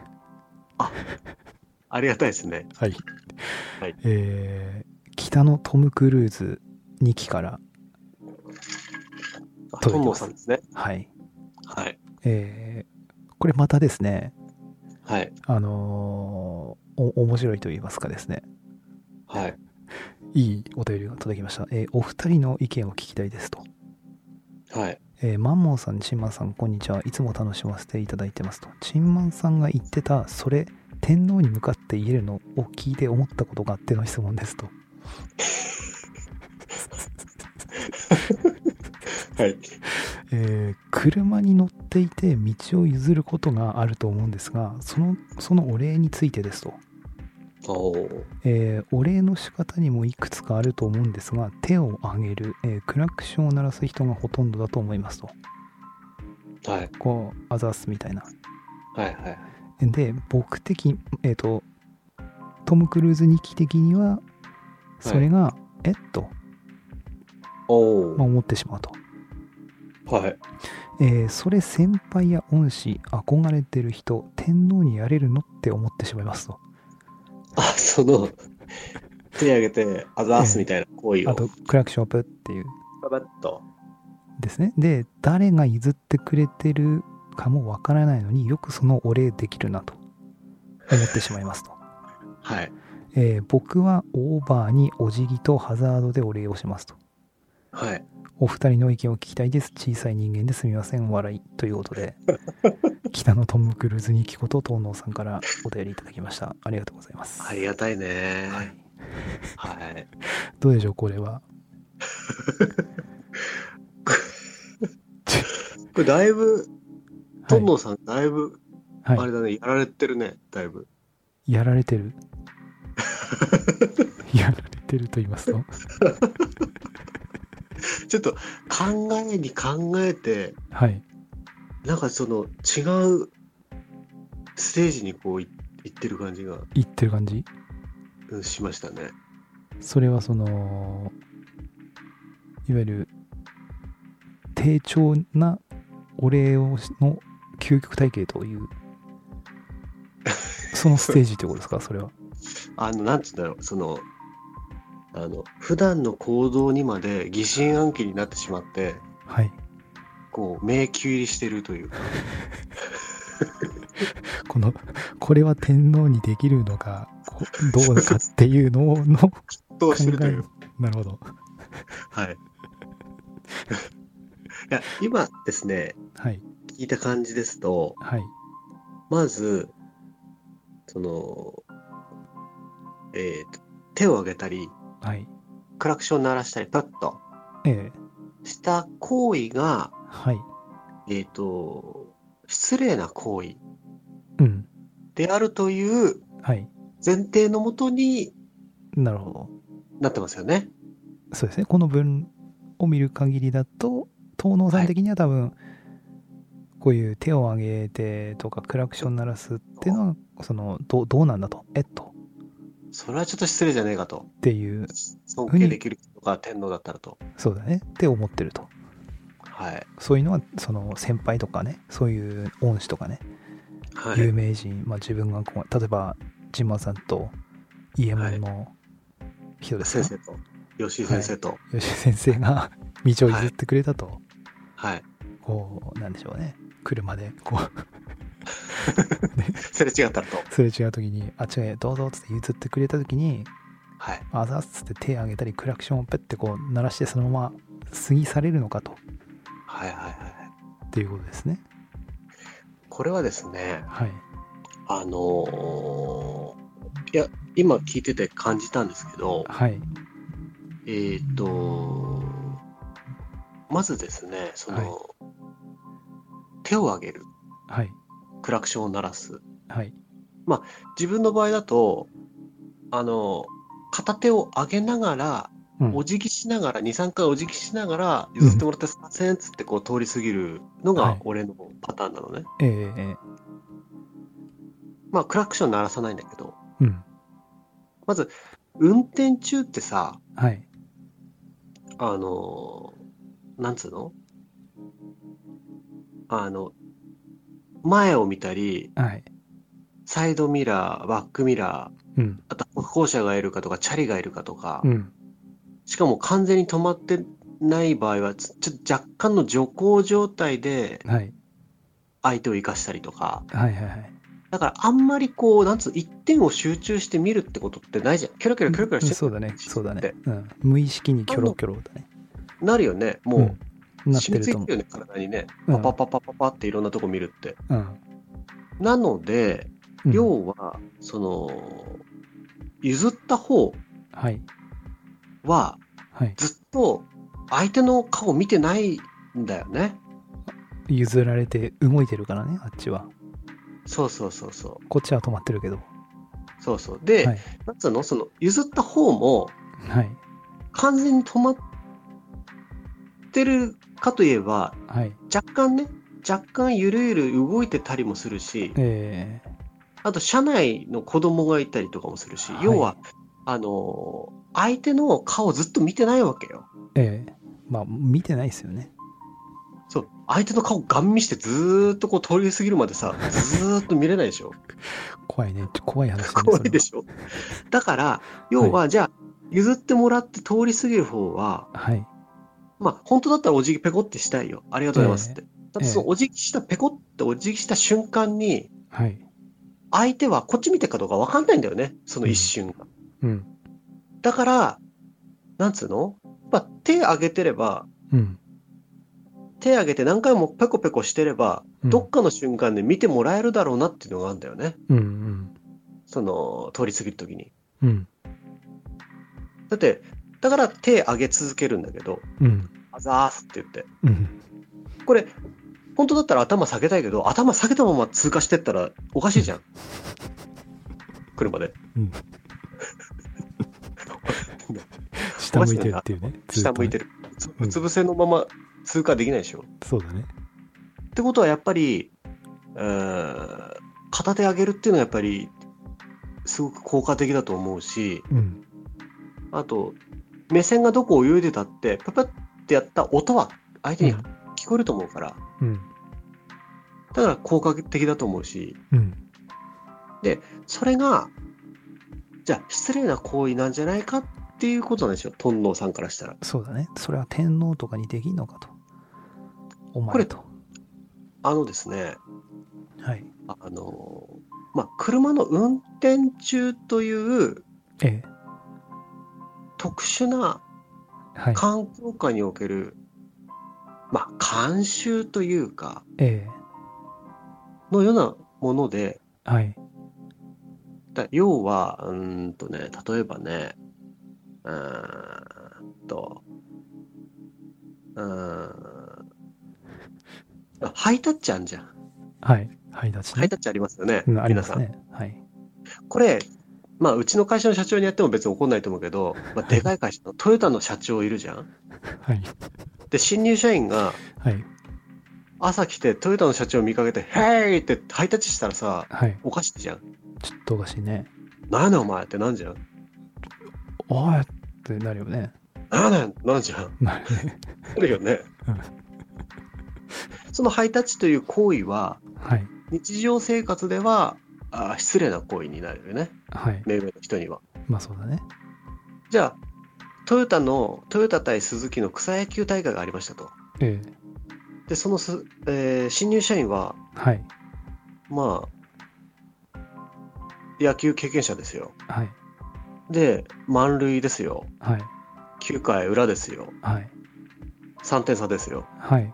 B: ありがたいですね。
A: はい。
B: はい
A: えー北のトム・クルーズ2期から、
B: あ
A: 届いて
B: トン
A: ま
B: ボ
A: す
B: さんですね。
A: はい。
B: はい。
A: えーこれまたですね、
B: はい。
A: あのーお面白いと言いますかですね、
B: はい。
A: いいお便りが届きました。えーお二人の意見を聞きたいですと。
B: はい。
A: えーマンモンさん、チンマンさん、こんにちは。いつも楽しませていただいてますと。チンマンさんが言ってた、それ、天皇に向かって言えるのを聞いて思ったことがあっての質問ですと。
B: はい。
A: えー車に乗っていて道を譲ることがあると思うんですが、その、そのお礼についてですと。
B: おー
A: えーお礼の仕方にもいくつかあると思うんですが、手を挙げる、えークラクションを鳴らす人がほとんどだと思いますと。
B: はい。
A: こう、あざすみたいな。
B: はい。はい。
A: で僕的えっ、とトム・クルーズ2期的にはそれが、えっと、
B: お
A: まあ
B: ー
A: 思ってしまうと、
B: はい。
A: えーそれ先輩や恩師憧れてる人天皇にやれるのって思ってしまいますと
B: あ、その、手挙げて、あざーすみたいな行為を、
A: あとクラクションアップっていう
B: パパッと。
A: ですねで誰が譲ってくれてるかもわからないのによくそのお礼できるなと思ってしまいますと、
B: はい。
A: えー僕はオーバーにお辞儀とハザードでお礼をしますと
B: はい。
A: お二人の意見を聞きたいです。小さい人間ですみません。笑い。ということ で、北のトム・クルーズに聞くこと、東能さんからお便りいただきました。ありがとうございます。
B: ありがたいね。
A: はい。
B: はい。
A: どうでしょう、これは。
B: これだいぶ、
A: は
B: ト
A: い
B: ンボさん、だいぶ、
A: はい
B: あれだね、やられてるね、だいぶ。
A: やられて る。やられてると言いますと。
B: ちょっと、考えに考えて、
A: はい。
B: なんかその、違う、ステージにこうい、行ってる感じが
A: 言ってる感じ。
B: うんしましたね。
A: それはその、いわゆる、低調なお礼をしの究極体系という、そのステージってことですか、それは。
B: あの、なんつうんだろう、その、あの、普段の行動にまで疑心暗鬼になってしまって、
A: はい。
B: こう、迷宮入りしてるというか、
A: このこれは天皇にできるのかこどうかっていうのをの考
B: どうしてるという。
A: えなるほど
B: はい。い や、今ですね、
A: はい
B: 聞いた感じですと、
A: はい
B: まず、その、えーと、手を挙げたり、
A: はい
B: クラクション鳴らしたり、パッと
A: ええ
B: した行為が、
A: はい
B: えーと、失礼な行為
A: うん
B: であるという
A: はい
B: 前提のもとに
A: なるほど
B: なってますよね。
A: そうですねこの文を見る限りだと東能さん的には多分、こういう手を挙げてとかクラクション鳴らすっていうのはそのどうどうなんだとえっと
B: それはちょっと失礼じゃねえかと。
A: っていう
B: 尊敬できる人が天皇だったらと。
A: そうだねって思ってると
B: はい。
A: そういうのはその先輩とかねそういう恩師とかね
B: は
A: 有
B: い。
A: 名人、まあ、自分がこう例えばジンマンさんと伊右衛門の人です
B: 先
A: ね、
B: 生と、吉井先生と。
A: 吉井先生が 道を譲ってくれたと、
B: はい。
A: こうなんでしょうね車でこう
B: すれ違ったらと。
A: すれ違う時に「あ違うどうぞ」っつって譲ってくれた時に
B: はい。
A: 「あざ」っつって手挙げたりクラクションをペッてこう鳴らしてそのまま過ぎされるのかと
B: はいはいはい。
A: っていうことですね
B: これはですね、
A: はい
B: あのーいや、今聞いてて感じたんですけど、
A: はい
B: えーっ、と、まずですね、その、
A: は
B: 手を挙げる、
A: はい
B: クラクションを鳴らす。
A: はい
B: 自分の場合だと、あの、片手を上げながら、
A: うん
B: お辞儀しながら、2、3回お辞儀しながら、譲ってもらってすいませんっつってこう通り過ぎるの
A: はい
B: が俺のパターンなのね。
A: ええええ
B: まあ、クラクション鳴らさないんだけど、
A: うん
B: まず、運転中ってさ、
A: はい。
B: あの、なんつうのあの、前を見たり、
A: はい。
B: サイドミラー、バックミラー、
A: うん。
B: あと歩行者がいるかとか、チャリがいるかとか、
A: うん。
B: しかも完全に止まってない場合は、ちょちょっと若干の徐行状態で
A: はい。
B: 相手を生かしたりとか、
A: はいはいはい。
B: だからあんまりこう、なんつうの、一点を集中して見るってことってないじゃん。キョロキョロキョロキョロ
A: うん
B: して
A: そうだね。そうだね。うん。無意識にキョロキョロだね。
B: なるよね。もう、
A: うんなって
B: 染み
A: る
B: つい
A: と思
B: てるよね、体にね。
A: う。
B: パパパパパっていろんなとこ見るって。
A: うん。うん
B: なので、
A: うん
B: 要は、その、譲った方
A: はい。
B: は、
A: はい。
B: ずっと相手の顔見てないんだよね。
A: 譲られて動いてるからね、あっちは。
B: そうそうそうそ
A: こっちは止まってるけど。
B: う。そうそう。で、
A: はい
B: なんつうのその、譲った方も、
A: はい。
B: 完全に止まってるかといえば、
A: はい。
B: 若干ね、若干ゆるゆる動いてたりもするし、
A: え
B: あと、社内の子供がいたりとかもするし、
A: はい
B: 要は、あのー相手の顔ずっと見てないわけよ。
A: ー、えー、まあ、見てないですよね。
B: そう、相手の顔ガン見してずーっとこう通り過ぎるまでさ、ずーっと見れないでしょ
A: 怖いね。ちょ怖い話だね。
B: 怖いで
A: し
B: しょだから、要は、じゃあ、譲ってもらって通り過ぎる方は、
A: ょ。はい。
B: まあ、本当だったらお辞儀ペコってしたいよ。ありがとうございますって。だってそ
A: え
B: のお辞儀した、ペコってお辞儀した瞬間に、
A: はい。
B: 相手はこっち見てるかどうかわかんないんだよね、その一瞬が。
A: うん。
B: だから、なんつうのまあ、手上げてれば、
A: うん。
B: 手上げて何回もペコペコしてれば、
A: うん
B: どっかの瞬間で見てもらえるだろうなっていうのがあるんだよね。
A: うんうん。
B: その、通り過ぎるときに。
A: うん。
B: だって、だから手上げ続けるんだけど、
A: うん。
B: あざーすって言って。
A: うん。
B: これ、本当だったら頭下げたいけど、頭下げたまま通過してったらおかしいじゃん。車で。
A: うん下向いてるっていうね。ず
B: 下
A: っとね
B: 向いてる。つ
A: うん
B: うつ伏せのまま通過できないでしょ。
A: そうだね。
B: ってことはやっぱり、えー片手上げるっていうのはやっぱり、すごく効果的だと思うし、
A: うん。
B: あと、目線がどこを泳いでたって、パパってやった音は相手に聞こえると思うから、
A: うん。
B: だから効果的だと思うし、
A: うん。
B: それが、じゃあ失礼な行為なんじゃないかっていうことなんですよ、トンノーさんからしたら。
A: そうだね。それは天皇とかにできんのかと。お
B: こ
A: 前
B: れ
A: と。
B: あのですね、
A: はい。
B: あの、まあ、車の運転中という
A: ええ
B: 特殊な
A: はい。
B: 環境下における、まあ、慣習というか、
A: え
B: のようなもので、
A: えはい。
B: だ要は、うーんとね、例えばね、うーんと、うーん、あハイタッチあんじゃん。
A: はい。はい、だち
B: ハイ
A: ね。
B: タッチありますよね、
A: うん、ありま
B: 皆
A: す
B: さん。
A: ね。はい。
B: これ、まあ、うちの会社の社長にやっても別に怒んないと思うけど、まあ、でかい会社のトヨタの社長いるじゃん。
A: はい。
B: で、新入社員が
A: はい。
B: 朝来てトヨタの社長を見かけて、ヘイってハイタッチしたらさ、
A: はい。
B: おかしいじゃん。
A: ちょっとおかしいね。
B: なんやねんお前ってなんじゃん。
A: おいってなるよね。
B: なんやねんなんじゃん。
A: なるね。
B: あるよ ね
A: うん。
B: そのハイタッチという行為は、
A: はい。
B: 日常生活ではあー失礼な行為になるよね。
A: はい。
B: 目上の人には。
A: まあそうだね。
B: じゃあ、トヨタの、トヨタ対スズキの草野球大会がありましたと。
A: ええ
B: で、そのす、えー新入社員は、
A: はい。
B: まあ、野球経験者ですよ。
A: はい。
B: で、満塁ですよ。
A: はい。
B: 9回裏ですよ。
A: はい。
B: 3点差ですよ。
A: はい。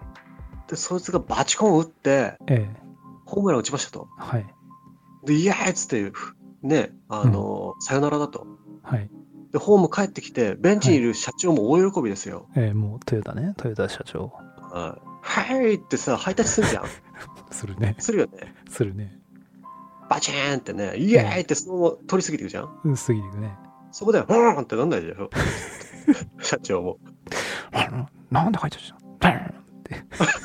B: で、そいつがバチコン打って、
A: ええ
B: ホームラン打ちましたと。
A: はい。
B: で、イエーイっつって、ふね、あの、さよならだと。
A: はい。
B: で、ホーム帰ってきて、ベンチにいる社長も大喜びですよ。
A: ええもうトヨタね。トヨタ社長。
B: はい。はいってさ、ハイタッチするじゃん。
A: するね。
B: するよね。
A: するね。
B: バチーンってね、イエーイってそのまま通り過ぎていくじゃん。
A: うん、過ぎていくね。
B: そこで、ボーンってなんないでしょ。社長も。
A: あの なんで書いてるじゃん。バーンって。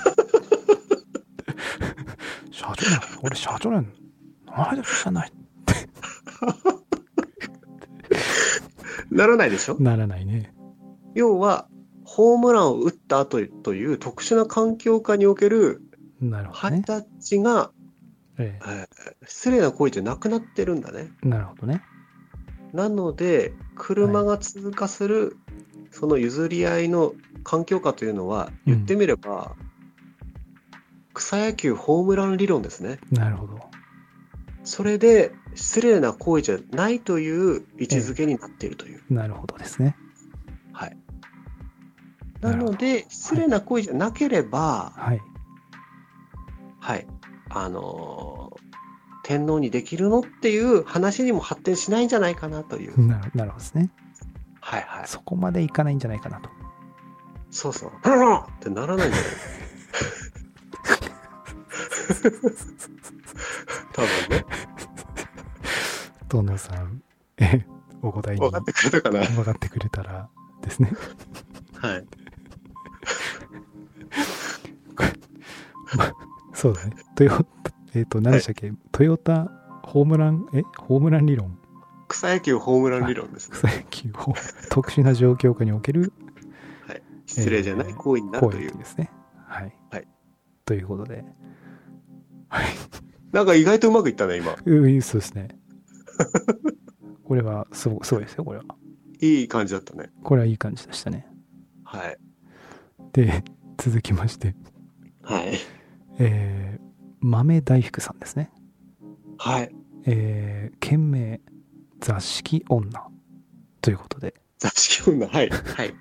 A: 社長なん俺社長なんなんで書いてるじゃない。
B: ならないでしょ
A: ならないね。
B: 要は、ホームランを打った後という特殊な環境下における
A: なるほ
B: ハ
A: どね
B: イ。タッチが、
A: え
B: えー失礼な行為じゃなくなってるんだね。
A: えなるほどね。
B: なので、車が通過する、その譲り合いの環境下というのは、
A: うん
B: 言ってみれば、草野球ホームラン理論ですね。
A: なるほど。
B: それで、失礼な行為じゃないという位置づけになっているという。
A: なるほどですね。
B: はい。
A: な
B: な
A: るほど
B: ので、失礼な行為じゃなければ、
A: はい。
B: はい、あのー天皇にできるのっていう話にも発展しないんじゃないかなという。
A: なるなるほどですね。
B: はいはい。
A: そこまでいかないんじゃないかなと。
B: そうそう。ほらほらってならないん だよ。多分ね。
A: どのさん、えお答えに
B: 分かってくれたかな。
A: 分かってくれたらですね。
B: はい。
A: そうだね。トヨえっ、と、何でしたっけ、トヨタホームラン、えホームラン理論
B: 草野球ホームラン理論ですね。
A: 草野球を特殊な状況下における
B: 失礼じゃない行為になる
A: 行
B: とい
A: 為
B: う。
A: ですね。はい。
B: はい
A: ということで。はい。
B: なんか意外とうまくいったね、今。
A: うん、そうです ね。これはすご、すごいですよ、これは。
B: いい感じだったね。
A: これはいい感じでしたね。
B: はい。
A: で、続きまして、
B: はい。
A: えー、豆大福さんですね。
B: はい。
A: えー、件名、座敷女ということで、
B: 座敷女。はい。はい。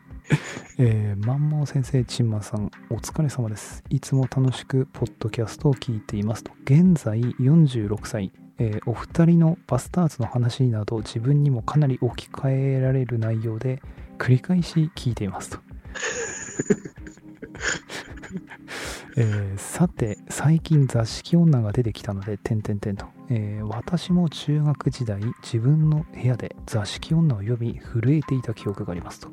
A: えー、マンモー先生、チンマンさん、お疲れ様です。いつも楽しくポッドキャストを聞いていますと。現在46歳、えーお二人のバスターズの話など自分にもかなり置き換えられる内容で繰り返し聞いていますと。えーさて最近座敷女が出てきたので点々点と、えー私も中学時代自分の部屋で座敷女を呼び震えていた記憶がありますと、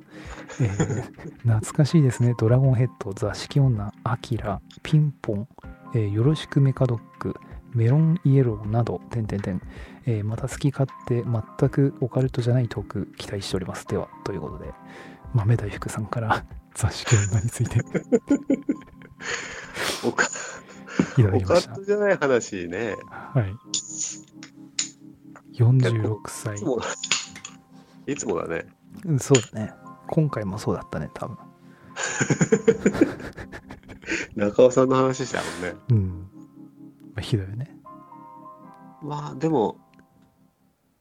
A: えー懐かしいですねドラゴンヘッド座敷女アキラピンポン、えーよろしくメカドッグメロンイエローなど点々点、えーまた好き勝手全くオカルトじゃないトーク期待しておりますではということで豆大福さんから 座敷女につい て
B: おか、
A: いただ
B: お
A: き
B: か
A: ま
B: っ
A: した
B: とじゃない話ね。
A: はい。46歳
B: いつ。もだ。いつもだね。
A: うんそうだね。今回もそうだったね、多分。
B: 中尾さんの話したもんね。
A: うん。まあ、ひどいよね。
B: まあ、でも、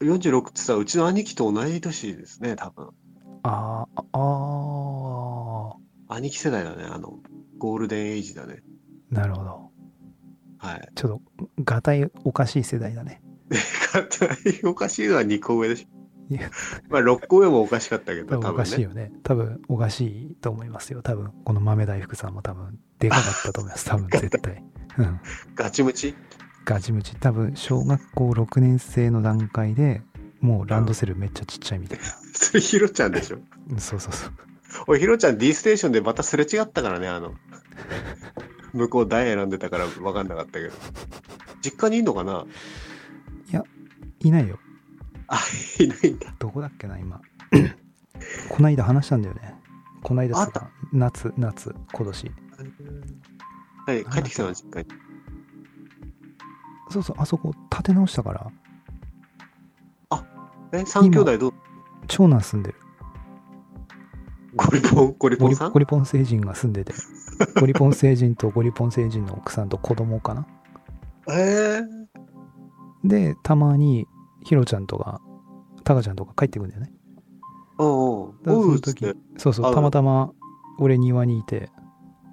B: 46ってさ、うちの兄貴と同い年ですね、多分。
A: あーあ、あ
B: 兄貴世代だね、あの、ゴールデンエイジだね。
A: ーなるほど。
B: はい。
A: ちょっと、がたいおかしい世代だね。
B: 勝手におかしいのは2個上でしょ
A: いや。
B: まあ、6個上もおかしかったけ
A: 多分
B: ど、多
A: おか
B: 分
A: しい
B: ね。
A: よね。多分おかしいと思いますよ。多分この豆大福さんも多分 でかかったと思います。多分絶対。うん。
B: ガチムチ
A: ガチムチ。多分小学校6年生の段階でもうランドセルめっちゃちっちゃいみたいな。
B: それヒロちゃんでしょ。
A: うん、そうそうそう。
B: おい、ヒロちゃん D ステーションでまたすれ違ったからね、あの。向こう台選んでたから分かんなかったけど。実家にいんのかない
A: ないよ。
B: あ、いないんだ。
A: どこだっけな 今こないだ話したんだよねこないだっつうか夏夏今年
B: はい、帰ってきたの、実家に。
A: そうそうあそこ建て直したから
B: え、三兄弟どう
A: 長男住んでる
B: ゴリポン、ゴリポ
A: ゴリ
B: ンさん
A: ゴリポン星人が住ん でてゴリポン星人とゴリポン星人の奥さんと子供かな
B: ええ
A: でたまにひろちゃんとかたかちゃんとか帰ってくんだよね
B: おう
A: だから
B: お
A: そ
B: う。おう
A: の
B: っつっ
A: 時
B: て。
A: そうそ
B: あ
A: うたまたま俺庭にいて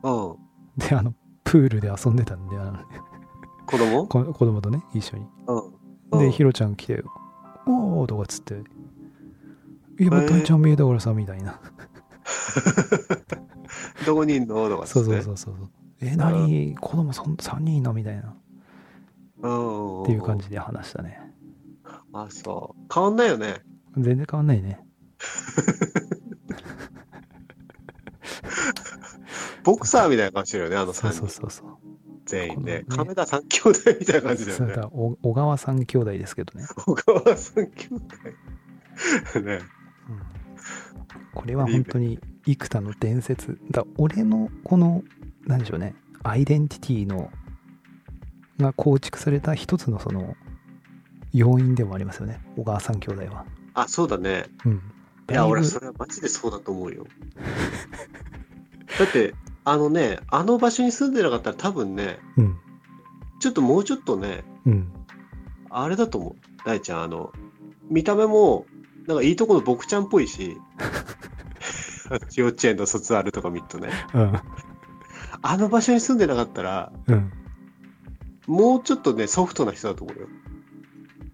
B: うん。
A: であのプールで遊んでたんであの
B: 子供
A: こ子供とね一緒に
B: うん。う
A: で、
B: ん
A: ひろちゃん来て、おーとかっつって、いや、またちゃん見えたからさ、みたいな。
B: どこにいんのとかっ
A: そ
B: つ
A: う
B: って。
A: そうそうそう。え、何子供そん3人いんのみたいな。
B: うん。
A: っていう感。じで話したね。
B: あ、そう。変わんないよね。
A: 全然変わんないね。
B: ボクサーみたいな感じだよね、あの
A: そ
B: 三
A: うそう
B: 人
A: そうそう。
B: 全員ね。
A: このね
B: 亀田三兄弟みたいな感じだ
A: そ
B: よ
A: う
B: ね。
A: だお小川さん兄弟ですけどね。
B: 小川三兄弟。ね。
A: うんこれは本当に幾多の伝説だ俺のこの何でしょうねアイデンティティのが構築された一つのその要因でもありますよね小川三兄弟は
B: あ、そうだね。
A: うん
B: い
A: だ
B: や、
A: ぶ
B: 俺、それはマジでそうだと思うよ。だって、あのね、あの場所に住んでなかったら多分ね、
A: うん
B: ちょっともうちょっとね、
A: うん
B: あれだと思う。大ちゃん、あの、見た目も、なんかいいとこの僕ちゃんっぽい し、幼稚園の卒アルとか見るとね、
A: うん
B: あの場所に住んでなかったら、
A: うん
B: もうちょっとね、ソフトな人だと思うよ。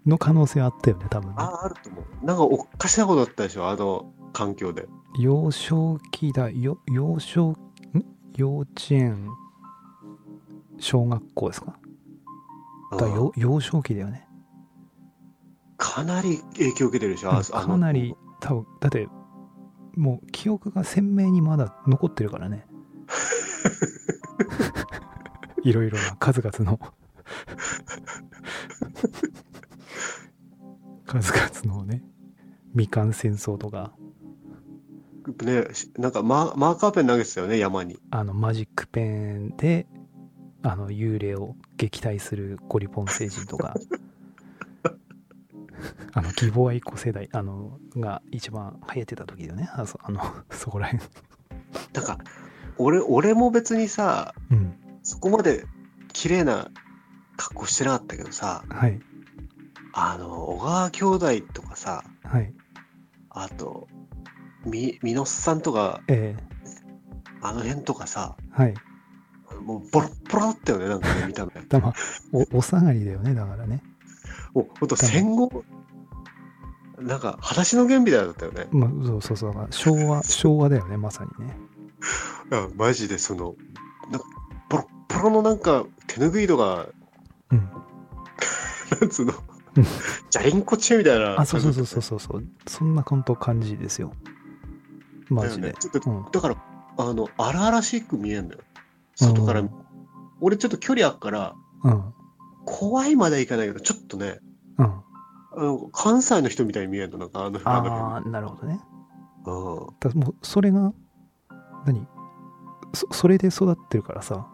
A: の可能性はあったよね多分ね
B: ああ、あると思う。なんかおっかしなことだったでしょ、あの環境で。
A: 幼少期だよ幼少ん幼稚園小学校ですかだからよ幼少期だよね
B: かなり影響受けてるでしょ、あ
A: うんかなり。多分だってもう記憶が鮮明にまだ残ってるからねいろいろな数々の数々のね未完戦争とか
B: ね、しなんかママーカーペン投げてたよね、山に。
A: あのマジックペンであの幽霊を撃退するゴリポン星人とかあの義母愛子世代あのが一番流行ってた時だよねあそあのそこら辺
B: なんか、俺、俺も別にさ、
A: うん
B: そこまで綺麗な格好してなかったけどさ、
A: はい
B: あの、小川兄弟とかさ、
A: はい
B: あと、み、みのっさんとか、
A: え
B: あの辺とかさ、
A: ー、はい
B: もうボロッボロだったよね、なんかね、見た目。
A: だまあおお下がりだよねだからね
B: もう、ほんと戦後、なんか、裸足の原理だったよね。
A: まあそうそうそうだから昭和昭和だよねまさにね
B: あマジでその、なんか、ボロッボロのなんか、手ぬぐいとか、
A: うん
B: なんつう の
A: うん、
B: じゃりんこ中みたいな。
A: あそうそうそうそうそうそうそんな本当感じですよマジ
B: だ
A: で、
B: よねちょっと
A: うん
B: だから、あの、荒々しく見えんだよ。外から
A: うん。
B: 俺ちょっと距離あっから、
A: うん
B: 怖いまではいかないけど、ちょっとね、
A: うん
B: あの関西の人みたいに見えるの、なんかあの、
A: ああなるほどね
B: の
A: だからもうそれが何そそれで育ってるからさ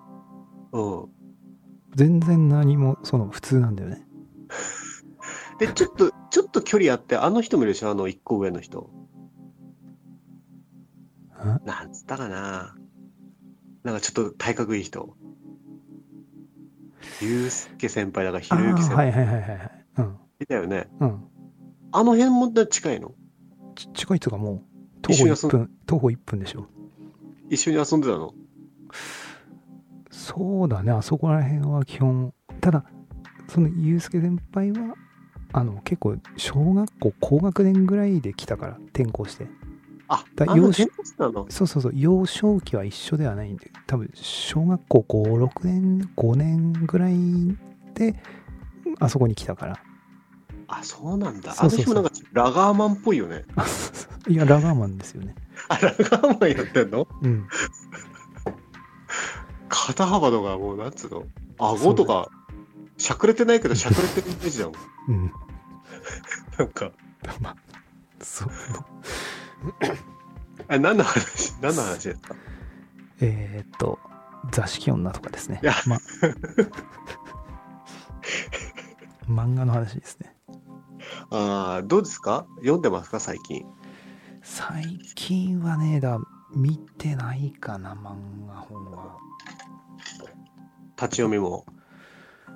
B: うん。うん。
A: 全然何もその普通なんだよね
B: で、ちょっと、ちょっと距離あって、あの人もいるでしょ、あの、一個上の人。
A: ん
B: なんつったかな。なんかちょっと体格いい人。ゆうすけ先輩だから、ひ
A: あ
B: ろゆき
A: ー
B: 先
A: は
B: 輩
A: いはいはいはいはいうん
B: だよね。
A: うん
B: あの辺も近いの
A: ち近いとかもう徒歩1
B: 一緒に遊
A: 分徒歩1分でしょ
B: 一緒に遊んでたの
A: そうだねあそこら辺は基本ただそのユうスケ先輩はあの結構小学校高学年ぐらいで来たから転校して
B: あ、
A: だ
B: あの
A: 幼少
B: 転校生なの
A: そうそうそう幼少期は一緒ではないんで多分小学校56年5年ぐらいであそこに来たから
B: あ、そうなんだ。
A: そ
B: あ
A: う
B: の
A: そう
B: 日
A: そう
B: もなんかラガーマンっぽいよね。
A: あそうそういやラガーマンですよね
B: あ、ラガーマンやってんの
A: うん
B: 肩幅とかもうなんつうの顎とか、しゃくれてないけどしゃくれてるイメージだもん。
A: うん
B: なんか、
A: まあそう
B: あ何の話 何の話ですか
A: えーっと座敷女とかですね
B: いや
A: ま 漫画の話ですね
B: あーどうですか読んでますか最近。
A: 最近はねだ見てないかな漫画本は
B: 立ち読みも。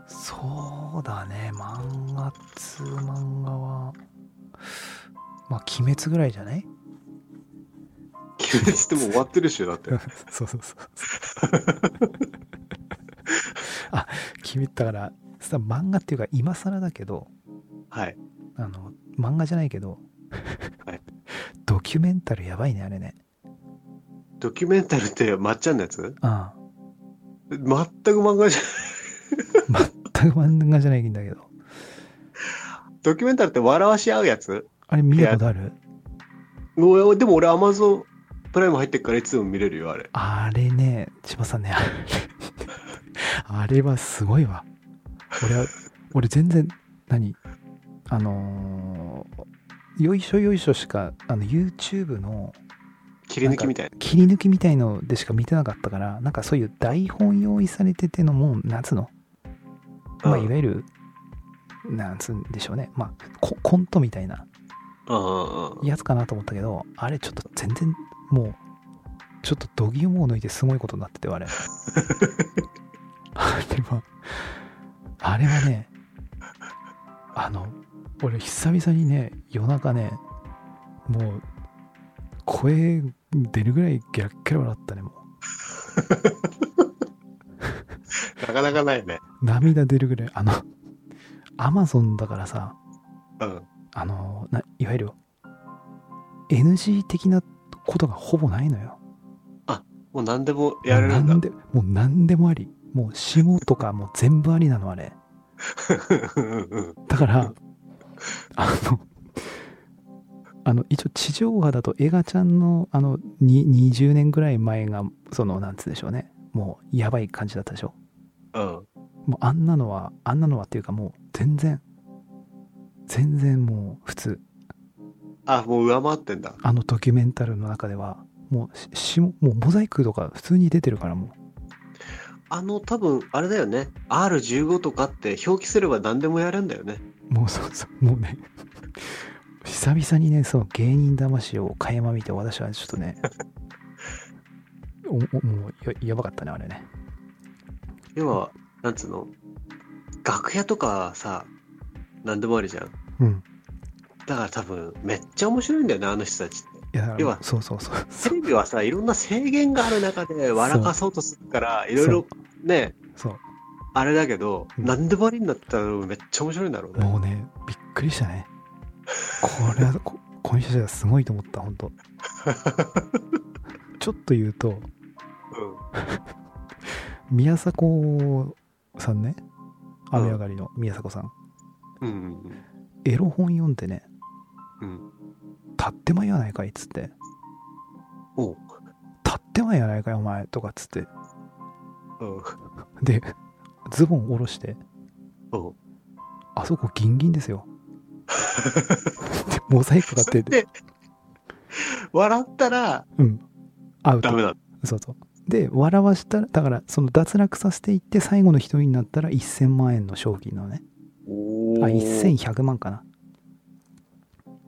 A: そうだね漫画っつう漫画はまあ鬼滅ぐらいじゃない
B: 決めしてもう終わってるっしょ、だ って。
A: そうそうそうあ鬼滅だからさ漫画っていうか今更だけど
B: はい。
A: あの漫画じゃないけど
B: はい
A: ドキュメンタルやばいねあれね
B: ドキュメンタルってまっちゃんのやつ
A: ああ
B: 全く漫画じゃない。
A: 全く漫画じゃないんだけど
B: ドキュメンタルって笑わし合うやつ
A: あれ見たことある
B: もうでも俺アマゾンプライム入ってっからいつでも見れるよ、あれ。
A: あれね、千葉さんね、あれ あれはすごいわ。俺は、俺全然、何あのーよいしょよいしょしか、あの、YouTube の
B: 切り抜きみたいな。
A: 切り抜きみたいのでしか見てなかったから、なんかそういう台本用意されててのもう夏の、まあ、
B: うん
A: いわゆる、なんつうんでしょうね、まあコ、コントみたいな
B: うんうんうん
A: やつかなと思ったけど、あれちょっと全然もう、ちょっと度肝を抜いてすごいことになってて、あ れ。あれは、あれはね、あの、俺久々にね、夜中ね、もう、声出るぐらいギャッギャラ笑ったね、も
B: なかなかないね。
A: う。涙出るぐらい、あの、アマゾンだからさ、
B: うん。
A: あの、ないわゆる、NG 的なことがほぼないのよ。
B: もう何でもやれるんだ
A: なん。でもう何でもありもう霜とかもう全部ありなのあれ
B: うんうん
A: だ からあのあの一応地上波だとエガちゃんのあのに20年ぐらい前がそのなんつうでしょうねもうやばい感じだったでしょ
B: うん。
A: もうあんなのはあんなのはっていうかもう全然全然もう普通
B: あ、もう上回ってんだ。
A: あのドキュメンタルの中ではもうし霜もうモザイクとか普通に出てるからもう
B: あの、多分あれだよね。R15 とかって表記すれば何でもやるんだよね。
A: もうそうそう、もうね、久々にね、その芸人魂を垣間見て、私はちょっとね、おおもうややばかったね、あれね。
B: 要は、なんつうの楽屋とかさ、何でもあるじゃん。
A: うん。
B: だから多分、めっちゃ面白いんだよね、あの人たちって。
A: いやだから
B: 要は
A: そうそうそう。そ
B: テレビはさ、いろんな制限がある中で笑かそうとするから、いろいろね、
A: そう
B: あれだけど、
A: うん
B: 何でもありになったらめっちゃ面白いんだろうね。
A: もうね、びっくりしたね。これは、ここの人たちはすごいと思った、本当ちょっと言うと、
B: うん
A: 宮迫さんね、
B: うん
A: 雨上がりの宮迫さん、
B: うん
A: エロ本読んでね、
B: うん。
A: 立ってまいやないかいっつって、
B: おう。
A: 立ってまいやないかいお前とかっつって、
B: うん。
A: で、ズボン下ろして、
B: おう。
A: あそこギンギンです よ。でモザイクがあってて、
B: で、笑ったら
A: うん、アウ
B: ダ
A: ト。
B: メだ。
A: そうそう。で、笑わしたら、だから、その脱落させていって、最後の一人になったら1000万円の賞金なのね。
B: お
A: あ、
B: 千。
A: 1100万かな。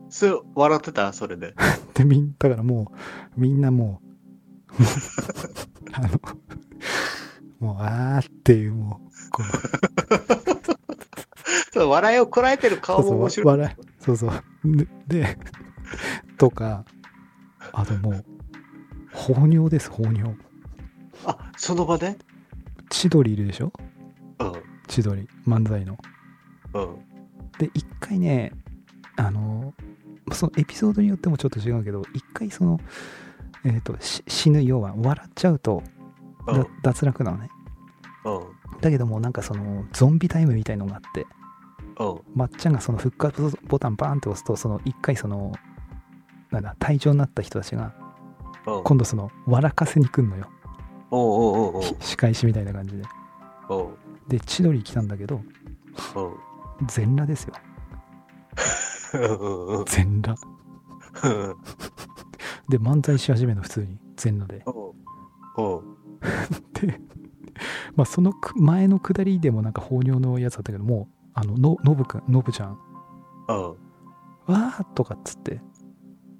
B: それ、笑ってたそれで。
A: で、みん、だからもう、みんなもう、もう あの、もう、あーっていう、もう、こう
B: そう笑いをこらえてる
A: そ
B: 顔
A: うそ
B: も
A: う
B: 面白い。
A: 笑いそうそうで でとかあともう放尿です放尿
B: あ、その場で
A: 千鳥いるでしょ
B: うん。
A: 千鳥漫才の
B: うん。
A: で一回ねあのそのエピソードによってもちょっと違うけど一回そのえっ、とし死ぬ要は笑っちゃうとだ
B: うん。
A: 脱落なのね
B: うん。
A: だけどもうなんかそのゾンビタイムみたいのがあって
B: うん。
A: まっちゃんがその復活ボタンバーンって押すとその一回そのなんだ体調になった人たちが
B: うん。
A: 今度その笑かせに来んのよ
B: おうおうおう
A: ひ仕返しみたいな感じで
B: おう。
A: で千鳥来たんだけど
B: おう。
A: 全裸ですよ
B: おう。
A: 全裸で漫才し始めるの普通に全裸で
B: おう。おう。
A: で、 まあ、そのく前の下りでもなんか放尿のやつだったけどもうあののノブくんノブちゃん
B: おう。
A: わーとかっつって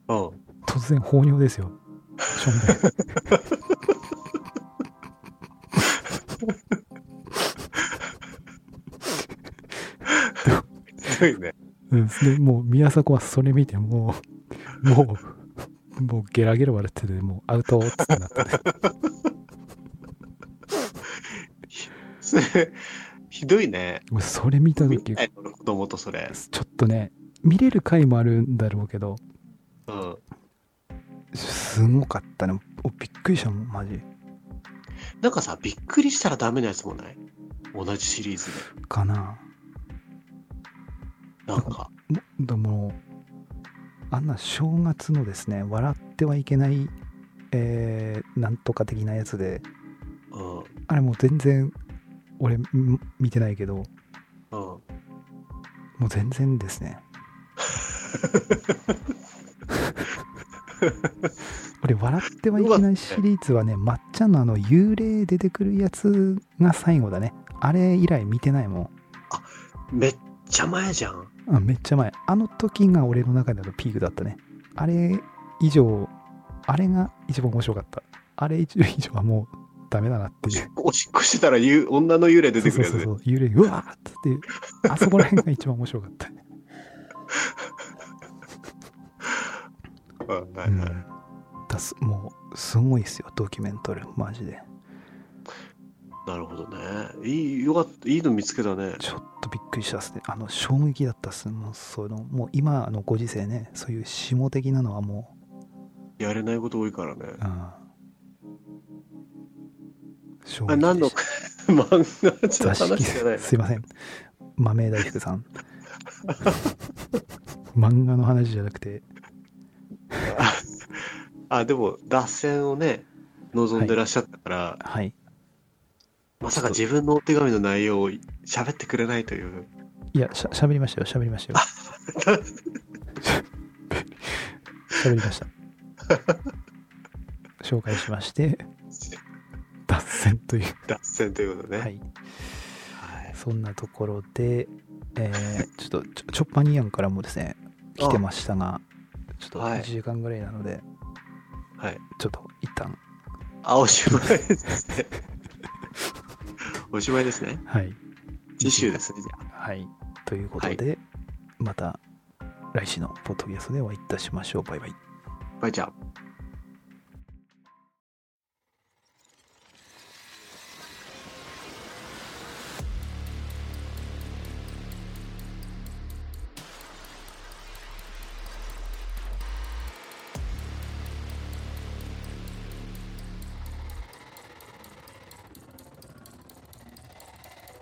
B: おう。
A: 突然放尿ですよしょんべん
B: ひどいね。
A: うん、でもう宮迫はそれ見てもうもうもうゲラゲラ笑っててもうアウトっつってなったね
B: それ、ひどいね。
A: もうそれ見た
B: 見
A: 時
B: たい俺子供とそれ。
A: ちょっとね、見れる回もあるんだろうけど、
B: うん。
A: すごかったね。おびっくりしたもん、マジ。
B: なんかさ、びっくりしたらダメなやつもない同じシリーズで。
A: かな。
B: なんか。
A: もでも、あんな正月のですね、笑ってはいけない、えー、なんとか的なやつで、
B: うん。うん。
A: あれもう全然、俺、ん見てないけど、もう全然ですね。俺、笑ってはいけないシリーズはね、まっちゃんのあの、幽霊出てくるやつが最後だね。あれ以来見てないも
B: めっちゃ前じゃん。
A: ん。あめっちゃ前。あの時が俺の中でのピークだったね。あれ以上、あれが一番面白かった。あれ以上はもうダメだなって
B: お
A: い
B: し
A: う
B: っ。こおしっこしてたらゆ女の幽霊出てくるやつ
A: そう
B: ね
A: そう。そう幽霊うわーっつってあそこら辺が一番面白か った、
B: うんは
A: う
B: い
A: ん、
B: はい
A: だすもうすごいですよドキュメンタルマジで
B: なるほどね。いい、よかった。いいの見つけたね。
A: ちょっとびっくりしたっすねあの衝撃だったっすもうそのもう今のご時世ねそういう下的なのはも
B: やれないこと多いからね。
A: う、うん、衝撃でした
B: あ何の漫画じゃ
A: 座敷
B: 話じゃない。
A: すいません豆大福さん 漫画の話じゃなくて
B: あ、でも、脱線をね、望んでらっしゃったから、
A: はい
B: まさか自分のお手紙の内容を喋ってくれないという。
A: いや、しゃ喋りましたよ、喋りま したよ。喋りました。紹介しまして、脱線という。
B: 脱線ということね。
A: はい。
B: はい
A: そんなところで、えー、ちょっと、ちょチョッパニアンからもですね、来てましたが、ちょっと
B: はい
A: 1時間ぐらいなので、
B: はい。
A: ちょっと一旦、
B: あ、おしまいですね。 おしまいですね。
A: はい。
B: 次週ですね。じゃ
A: はい。ということで、また来週のポッドキャストでお会いいたしましょう。バイバイ。
B: あバイチャー。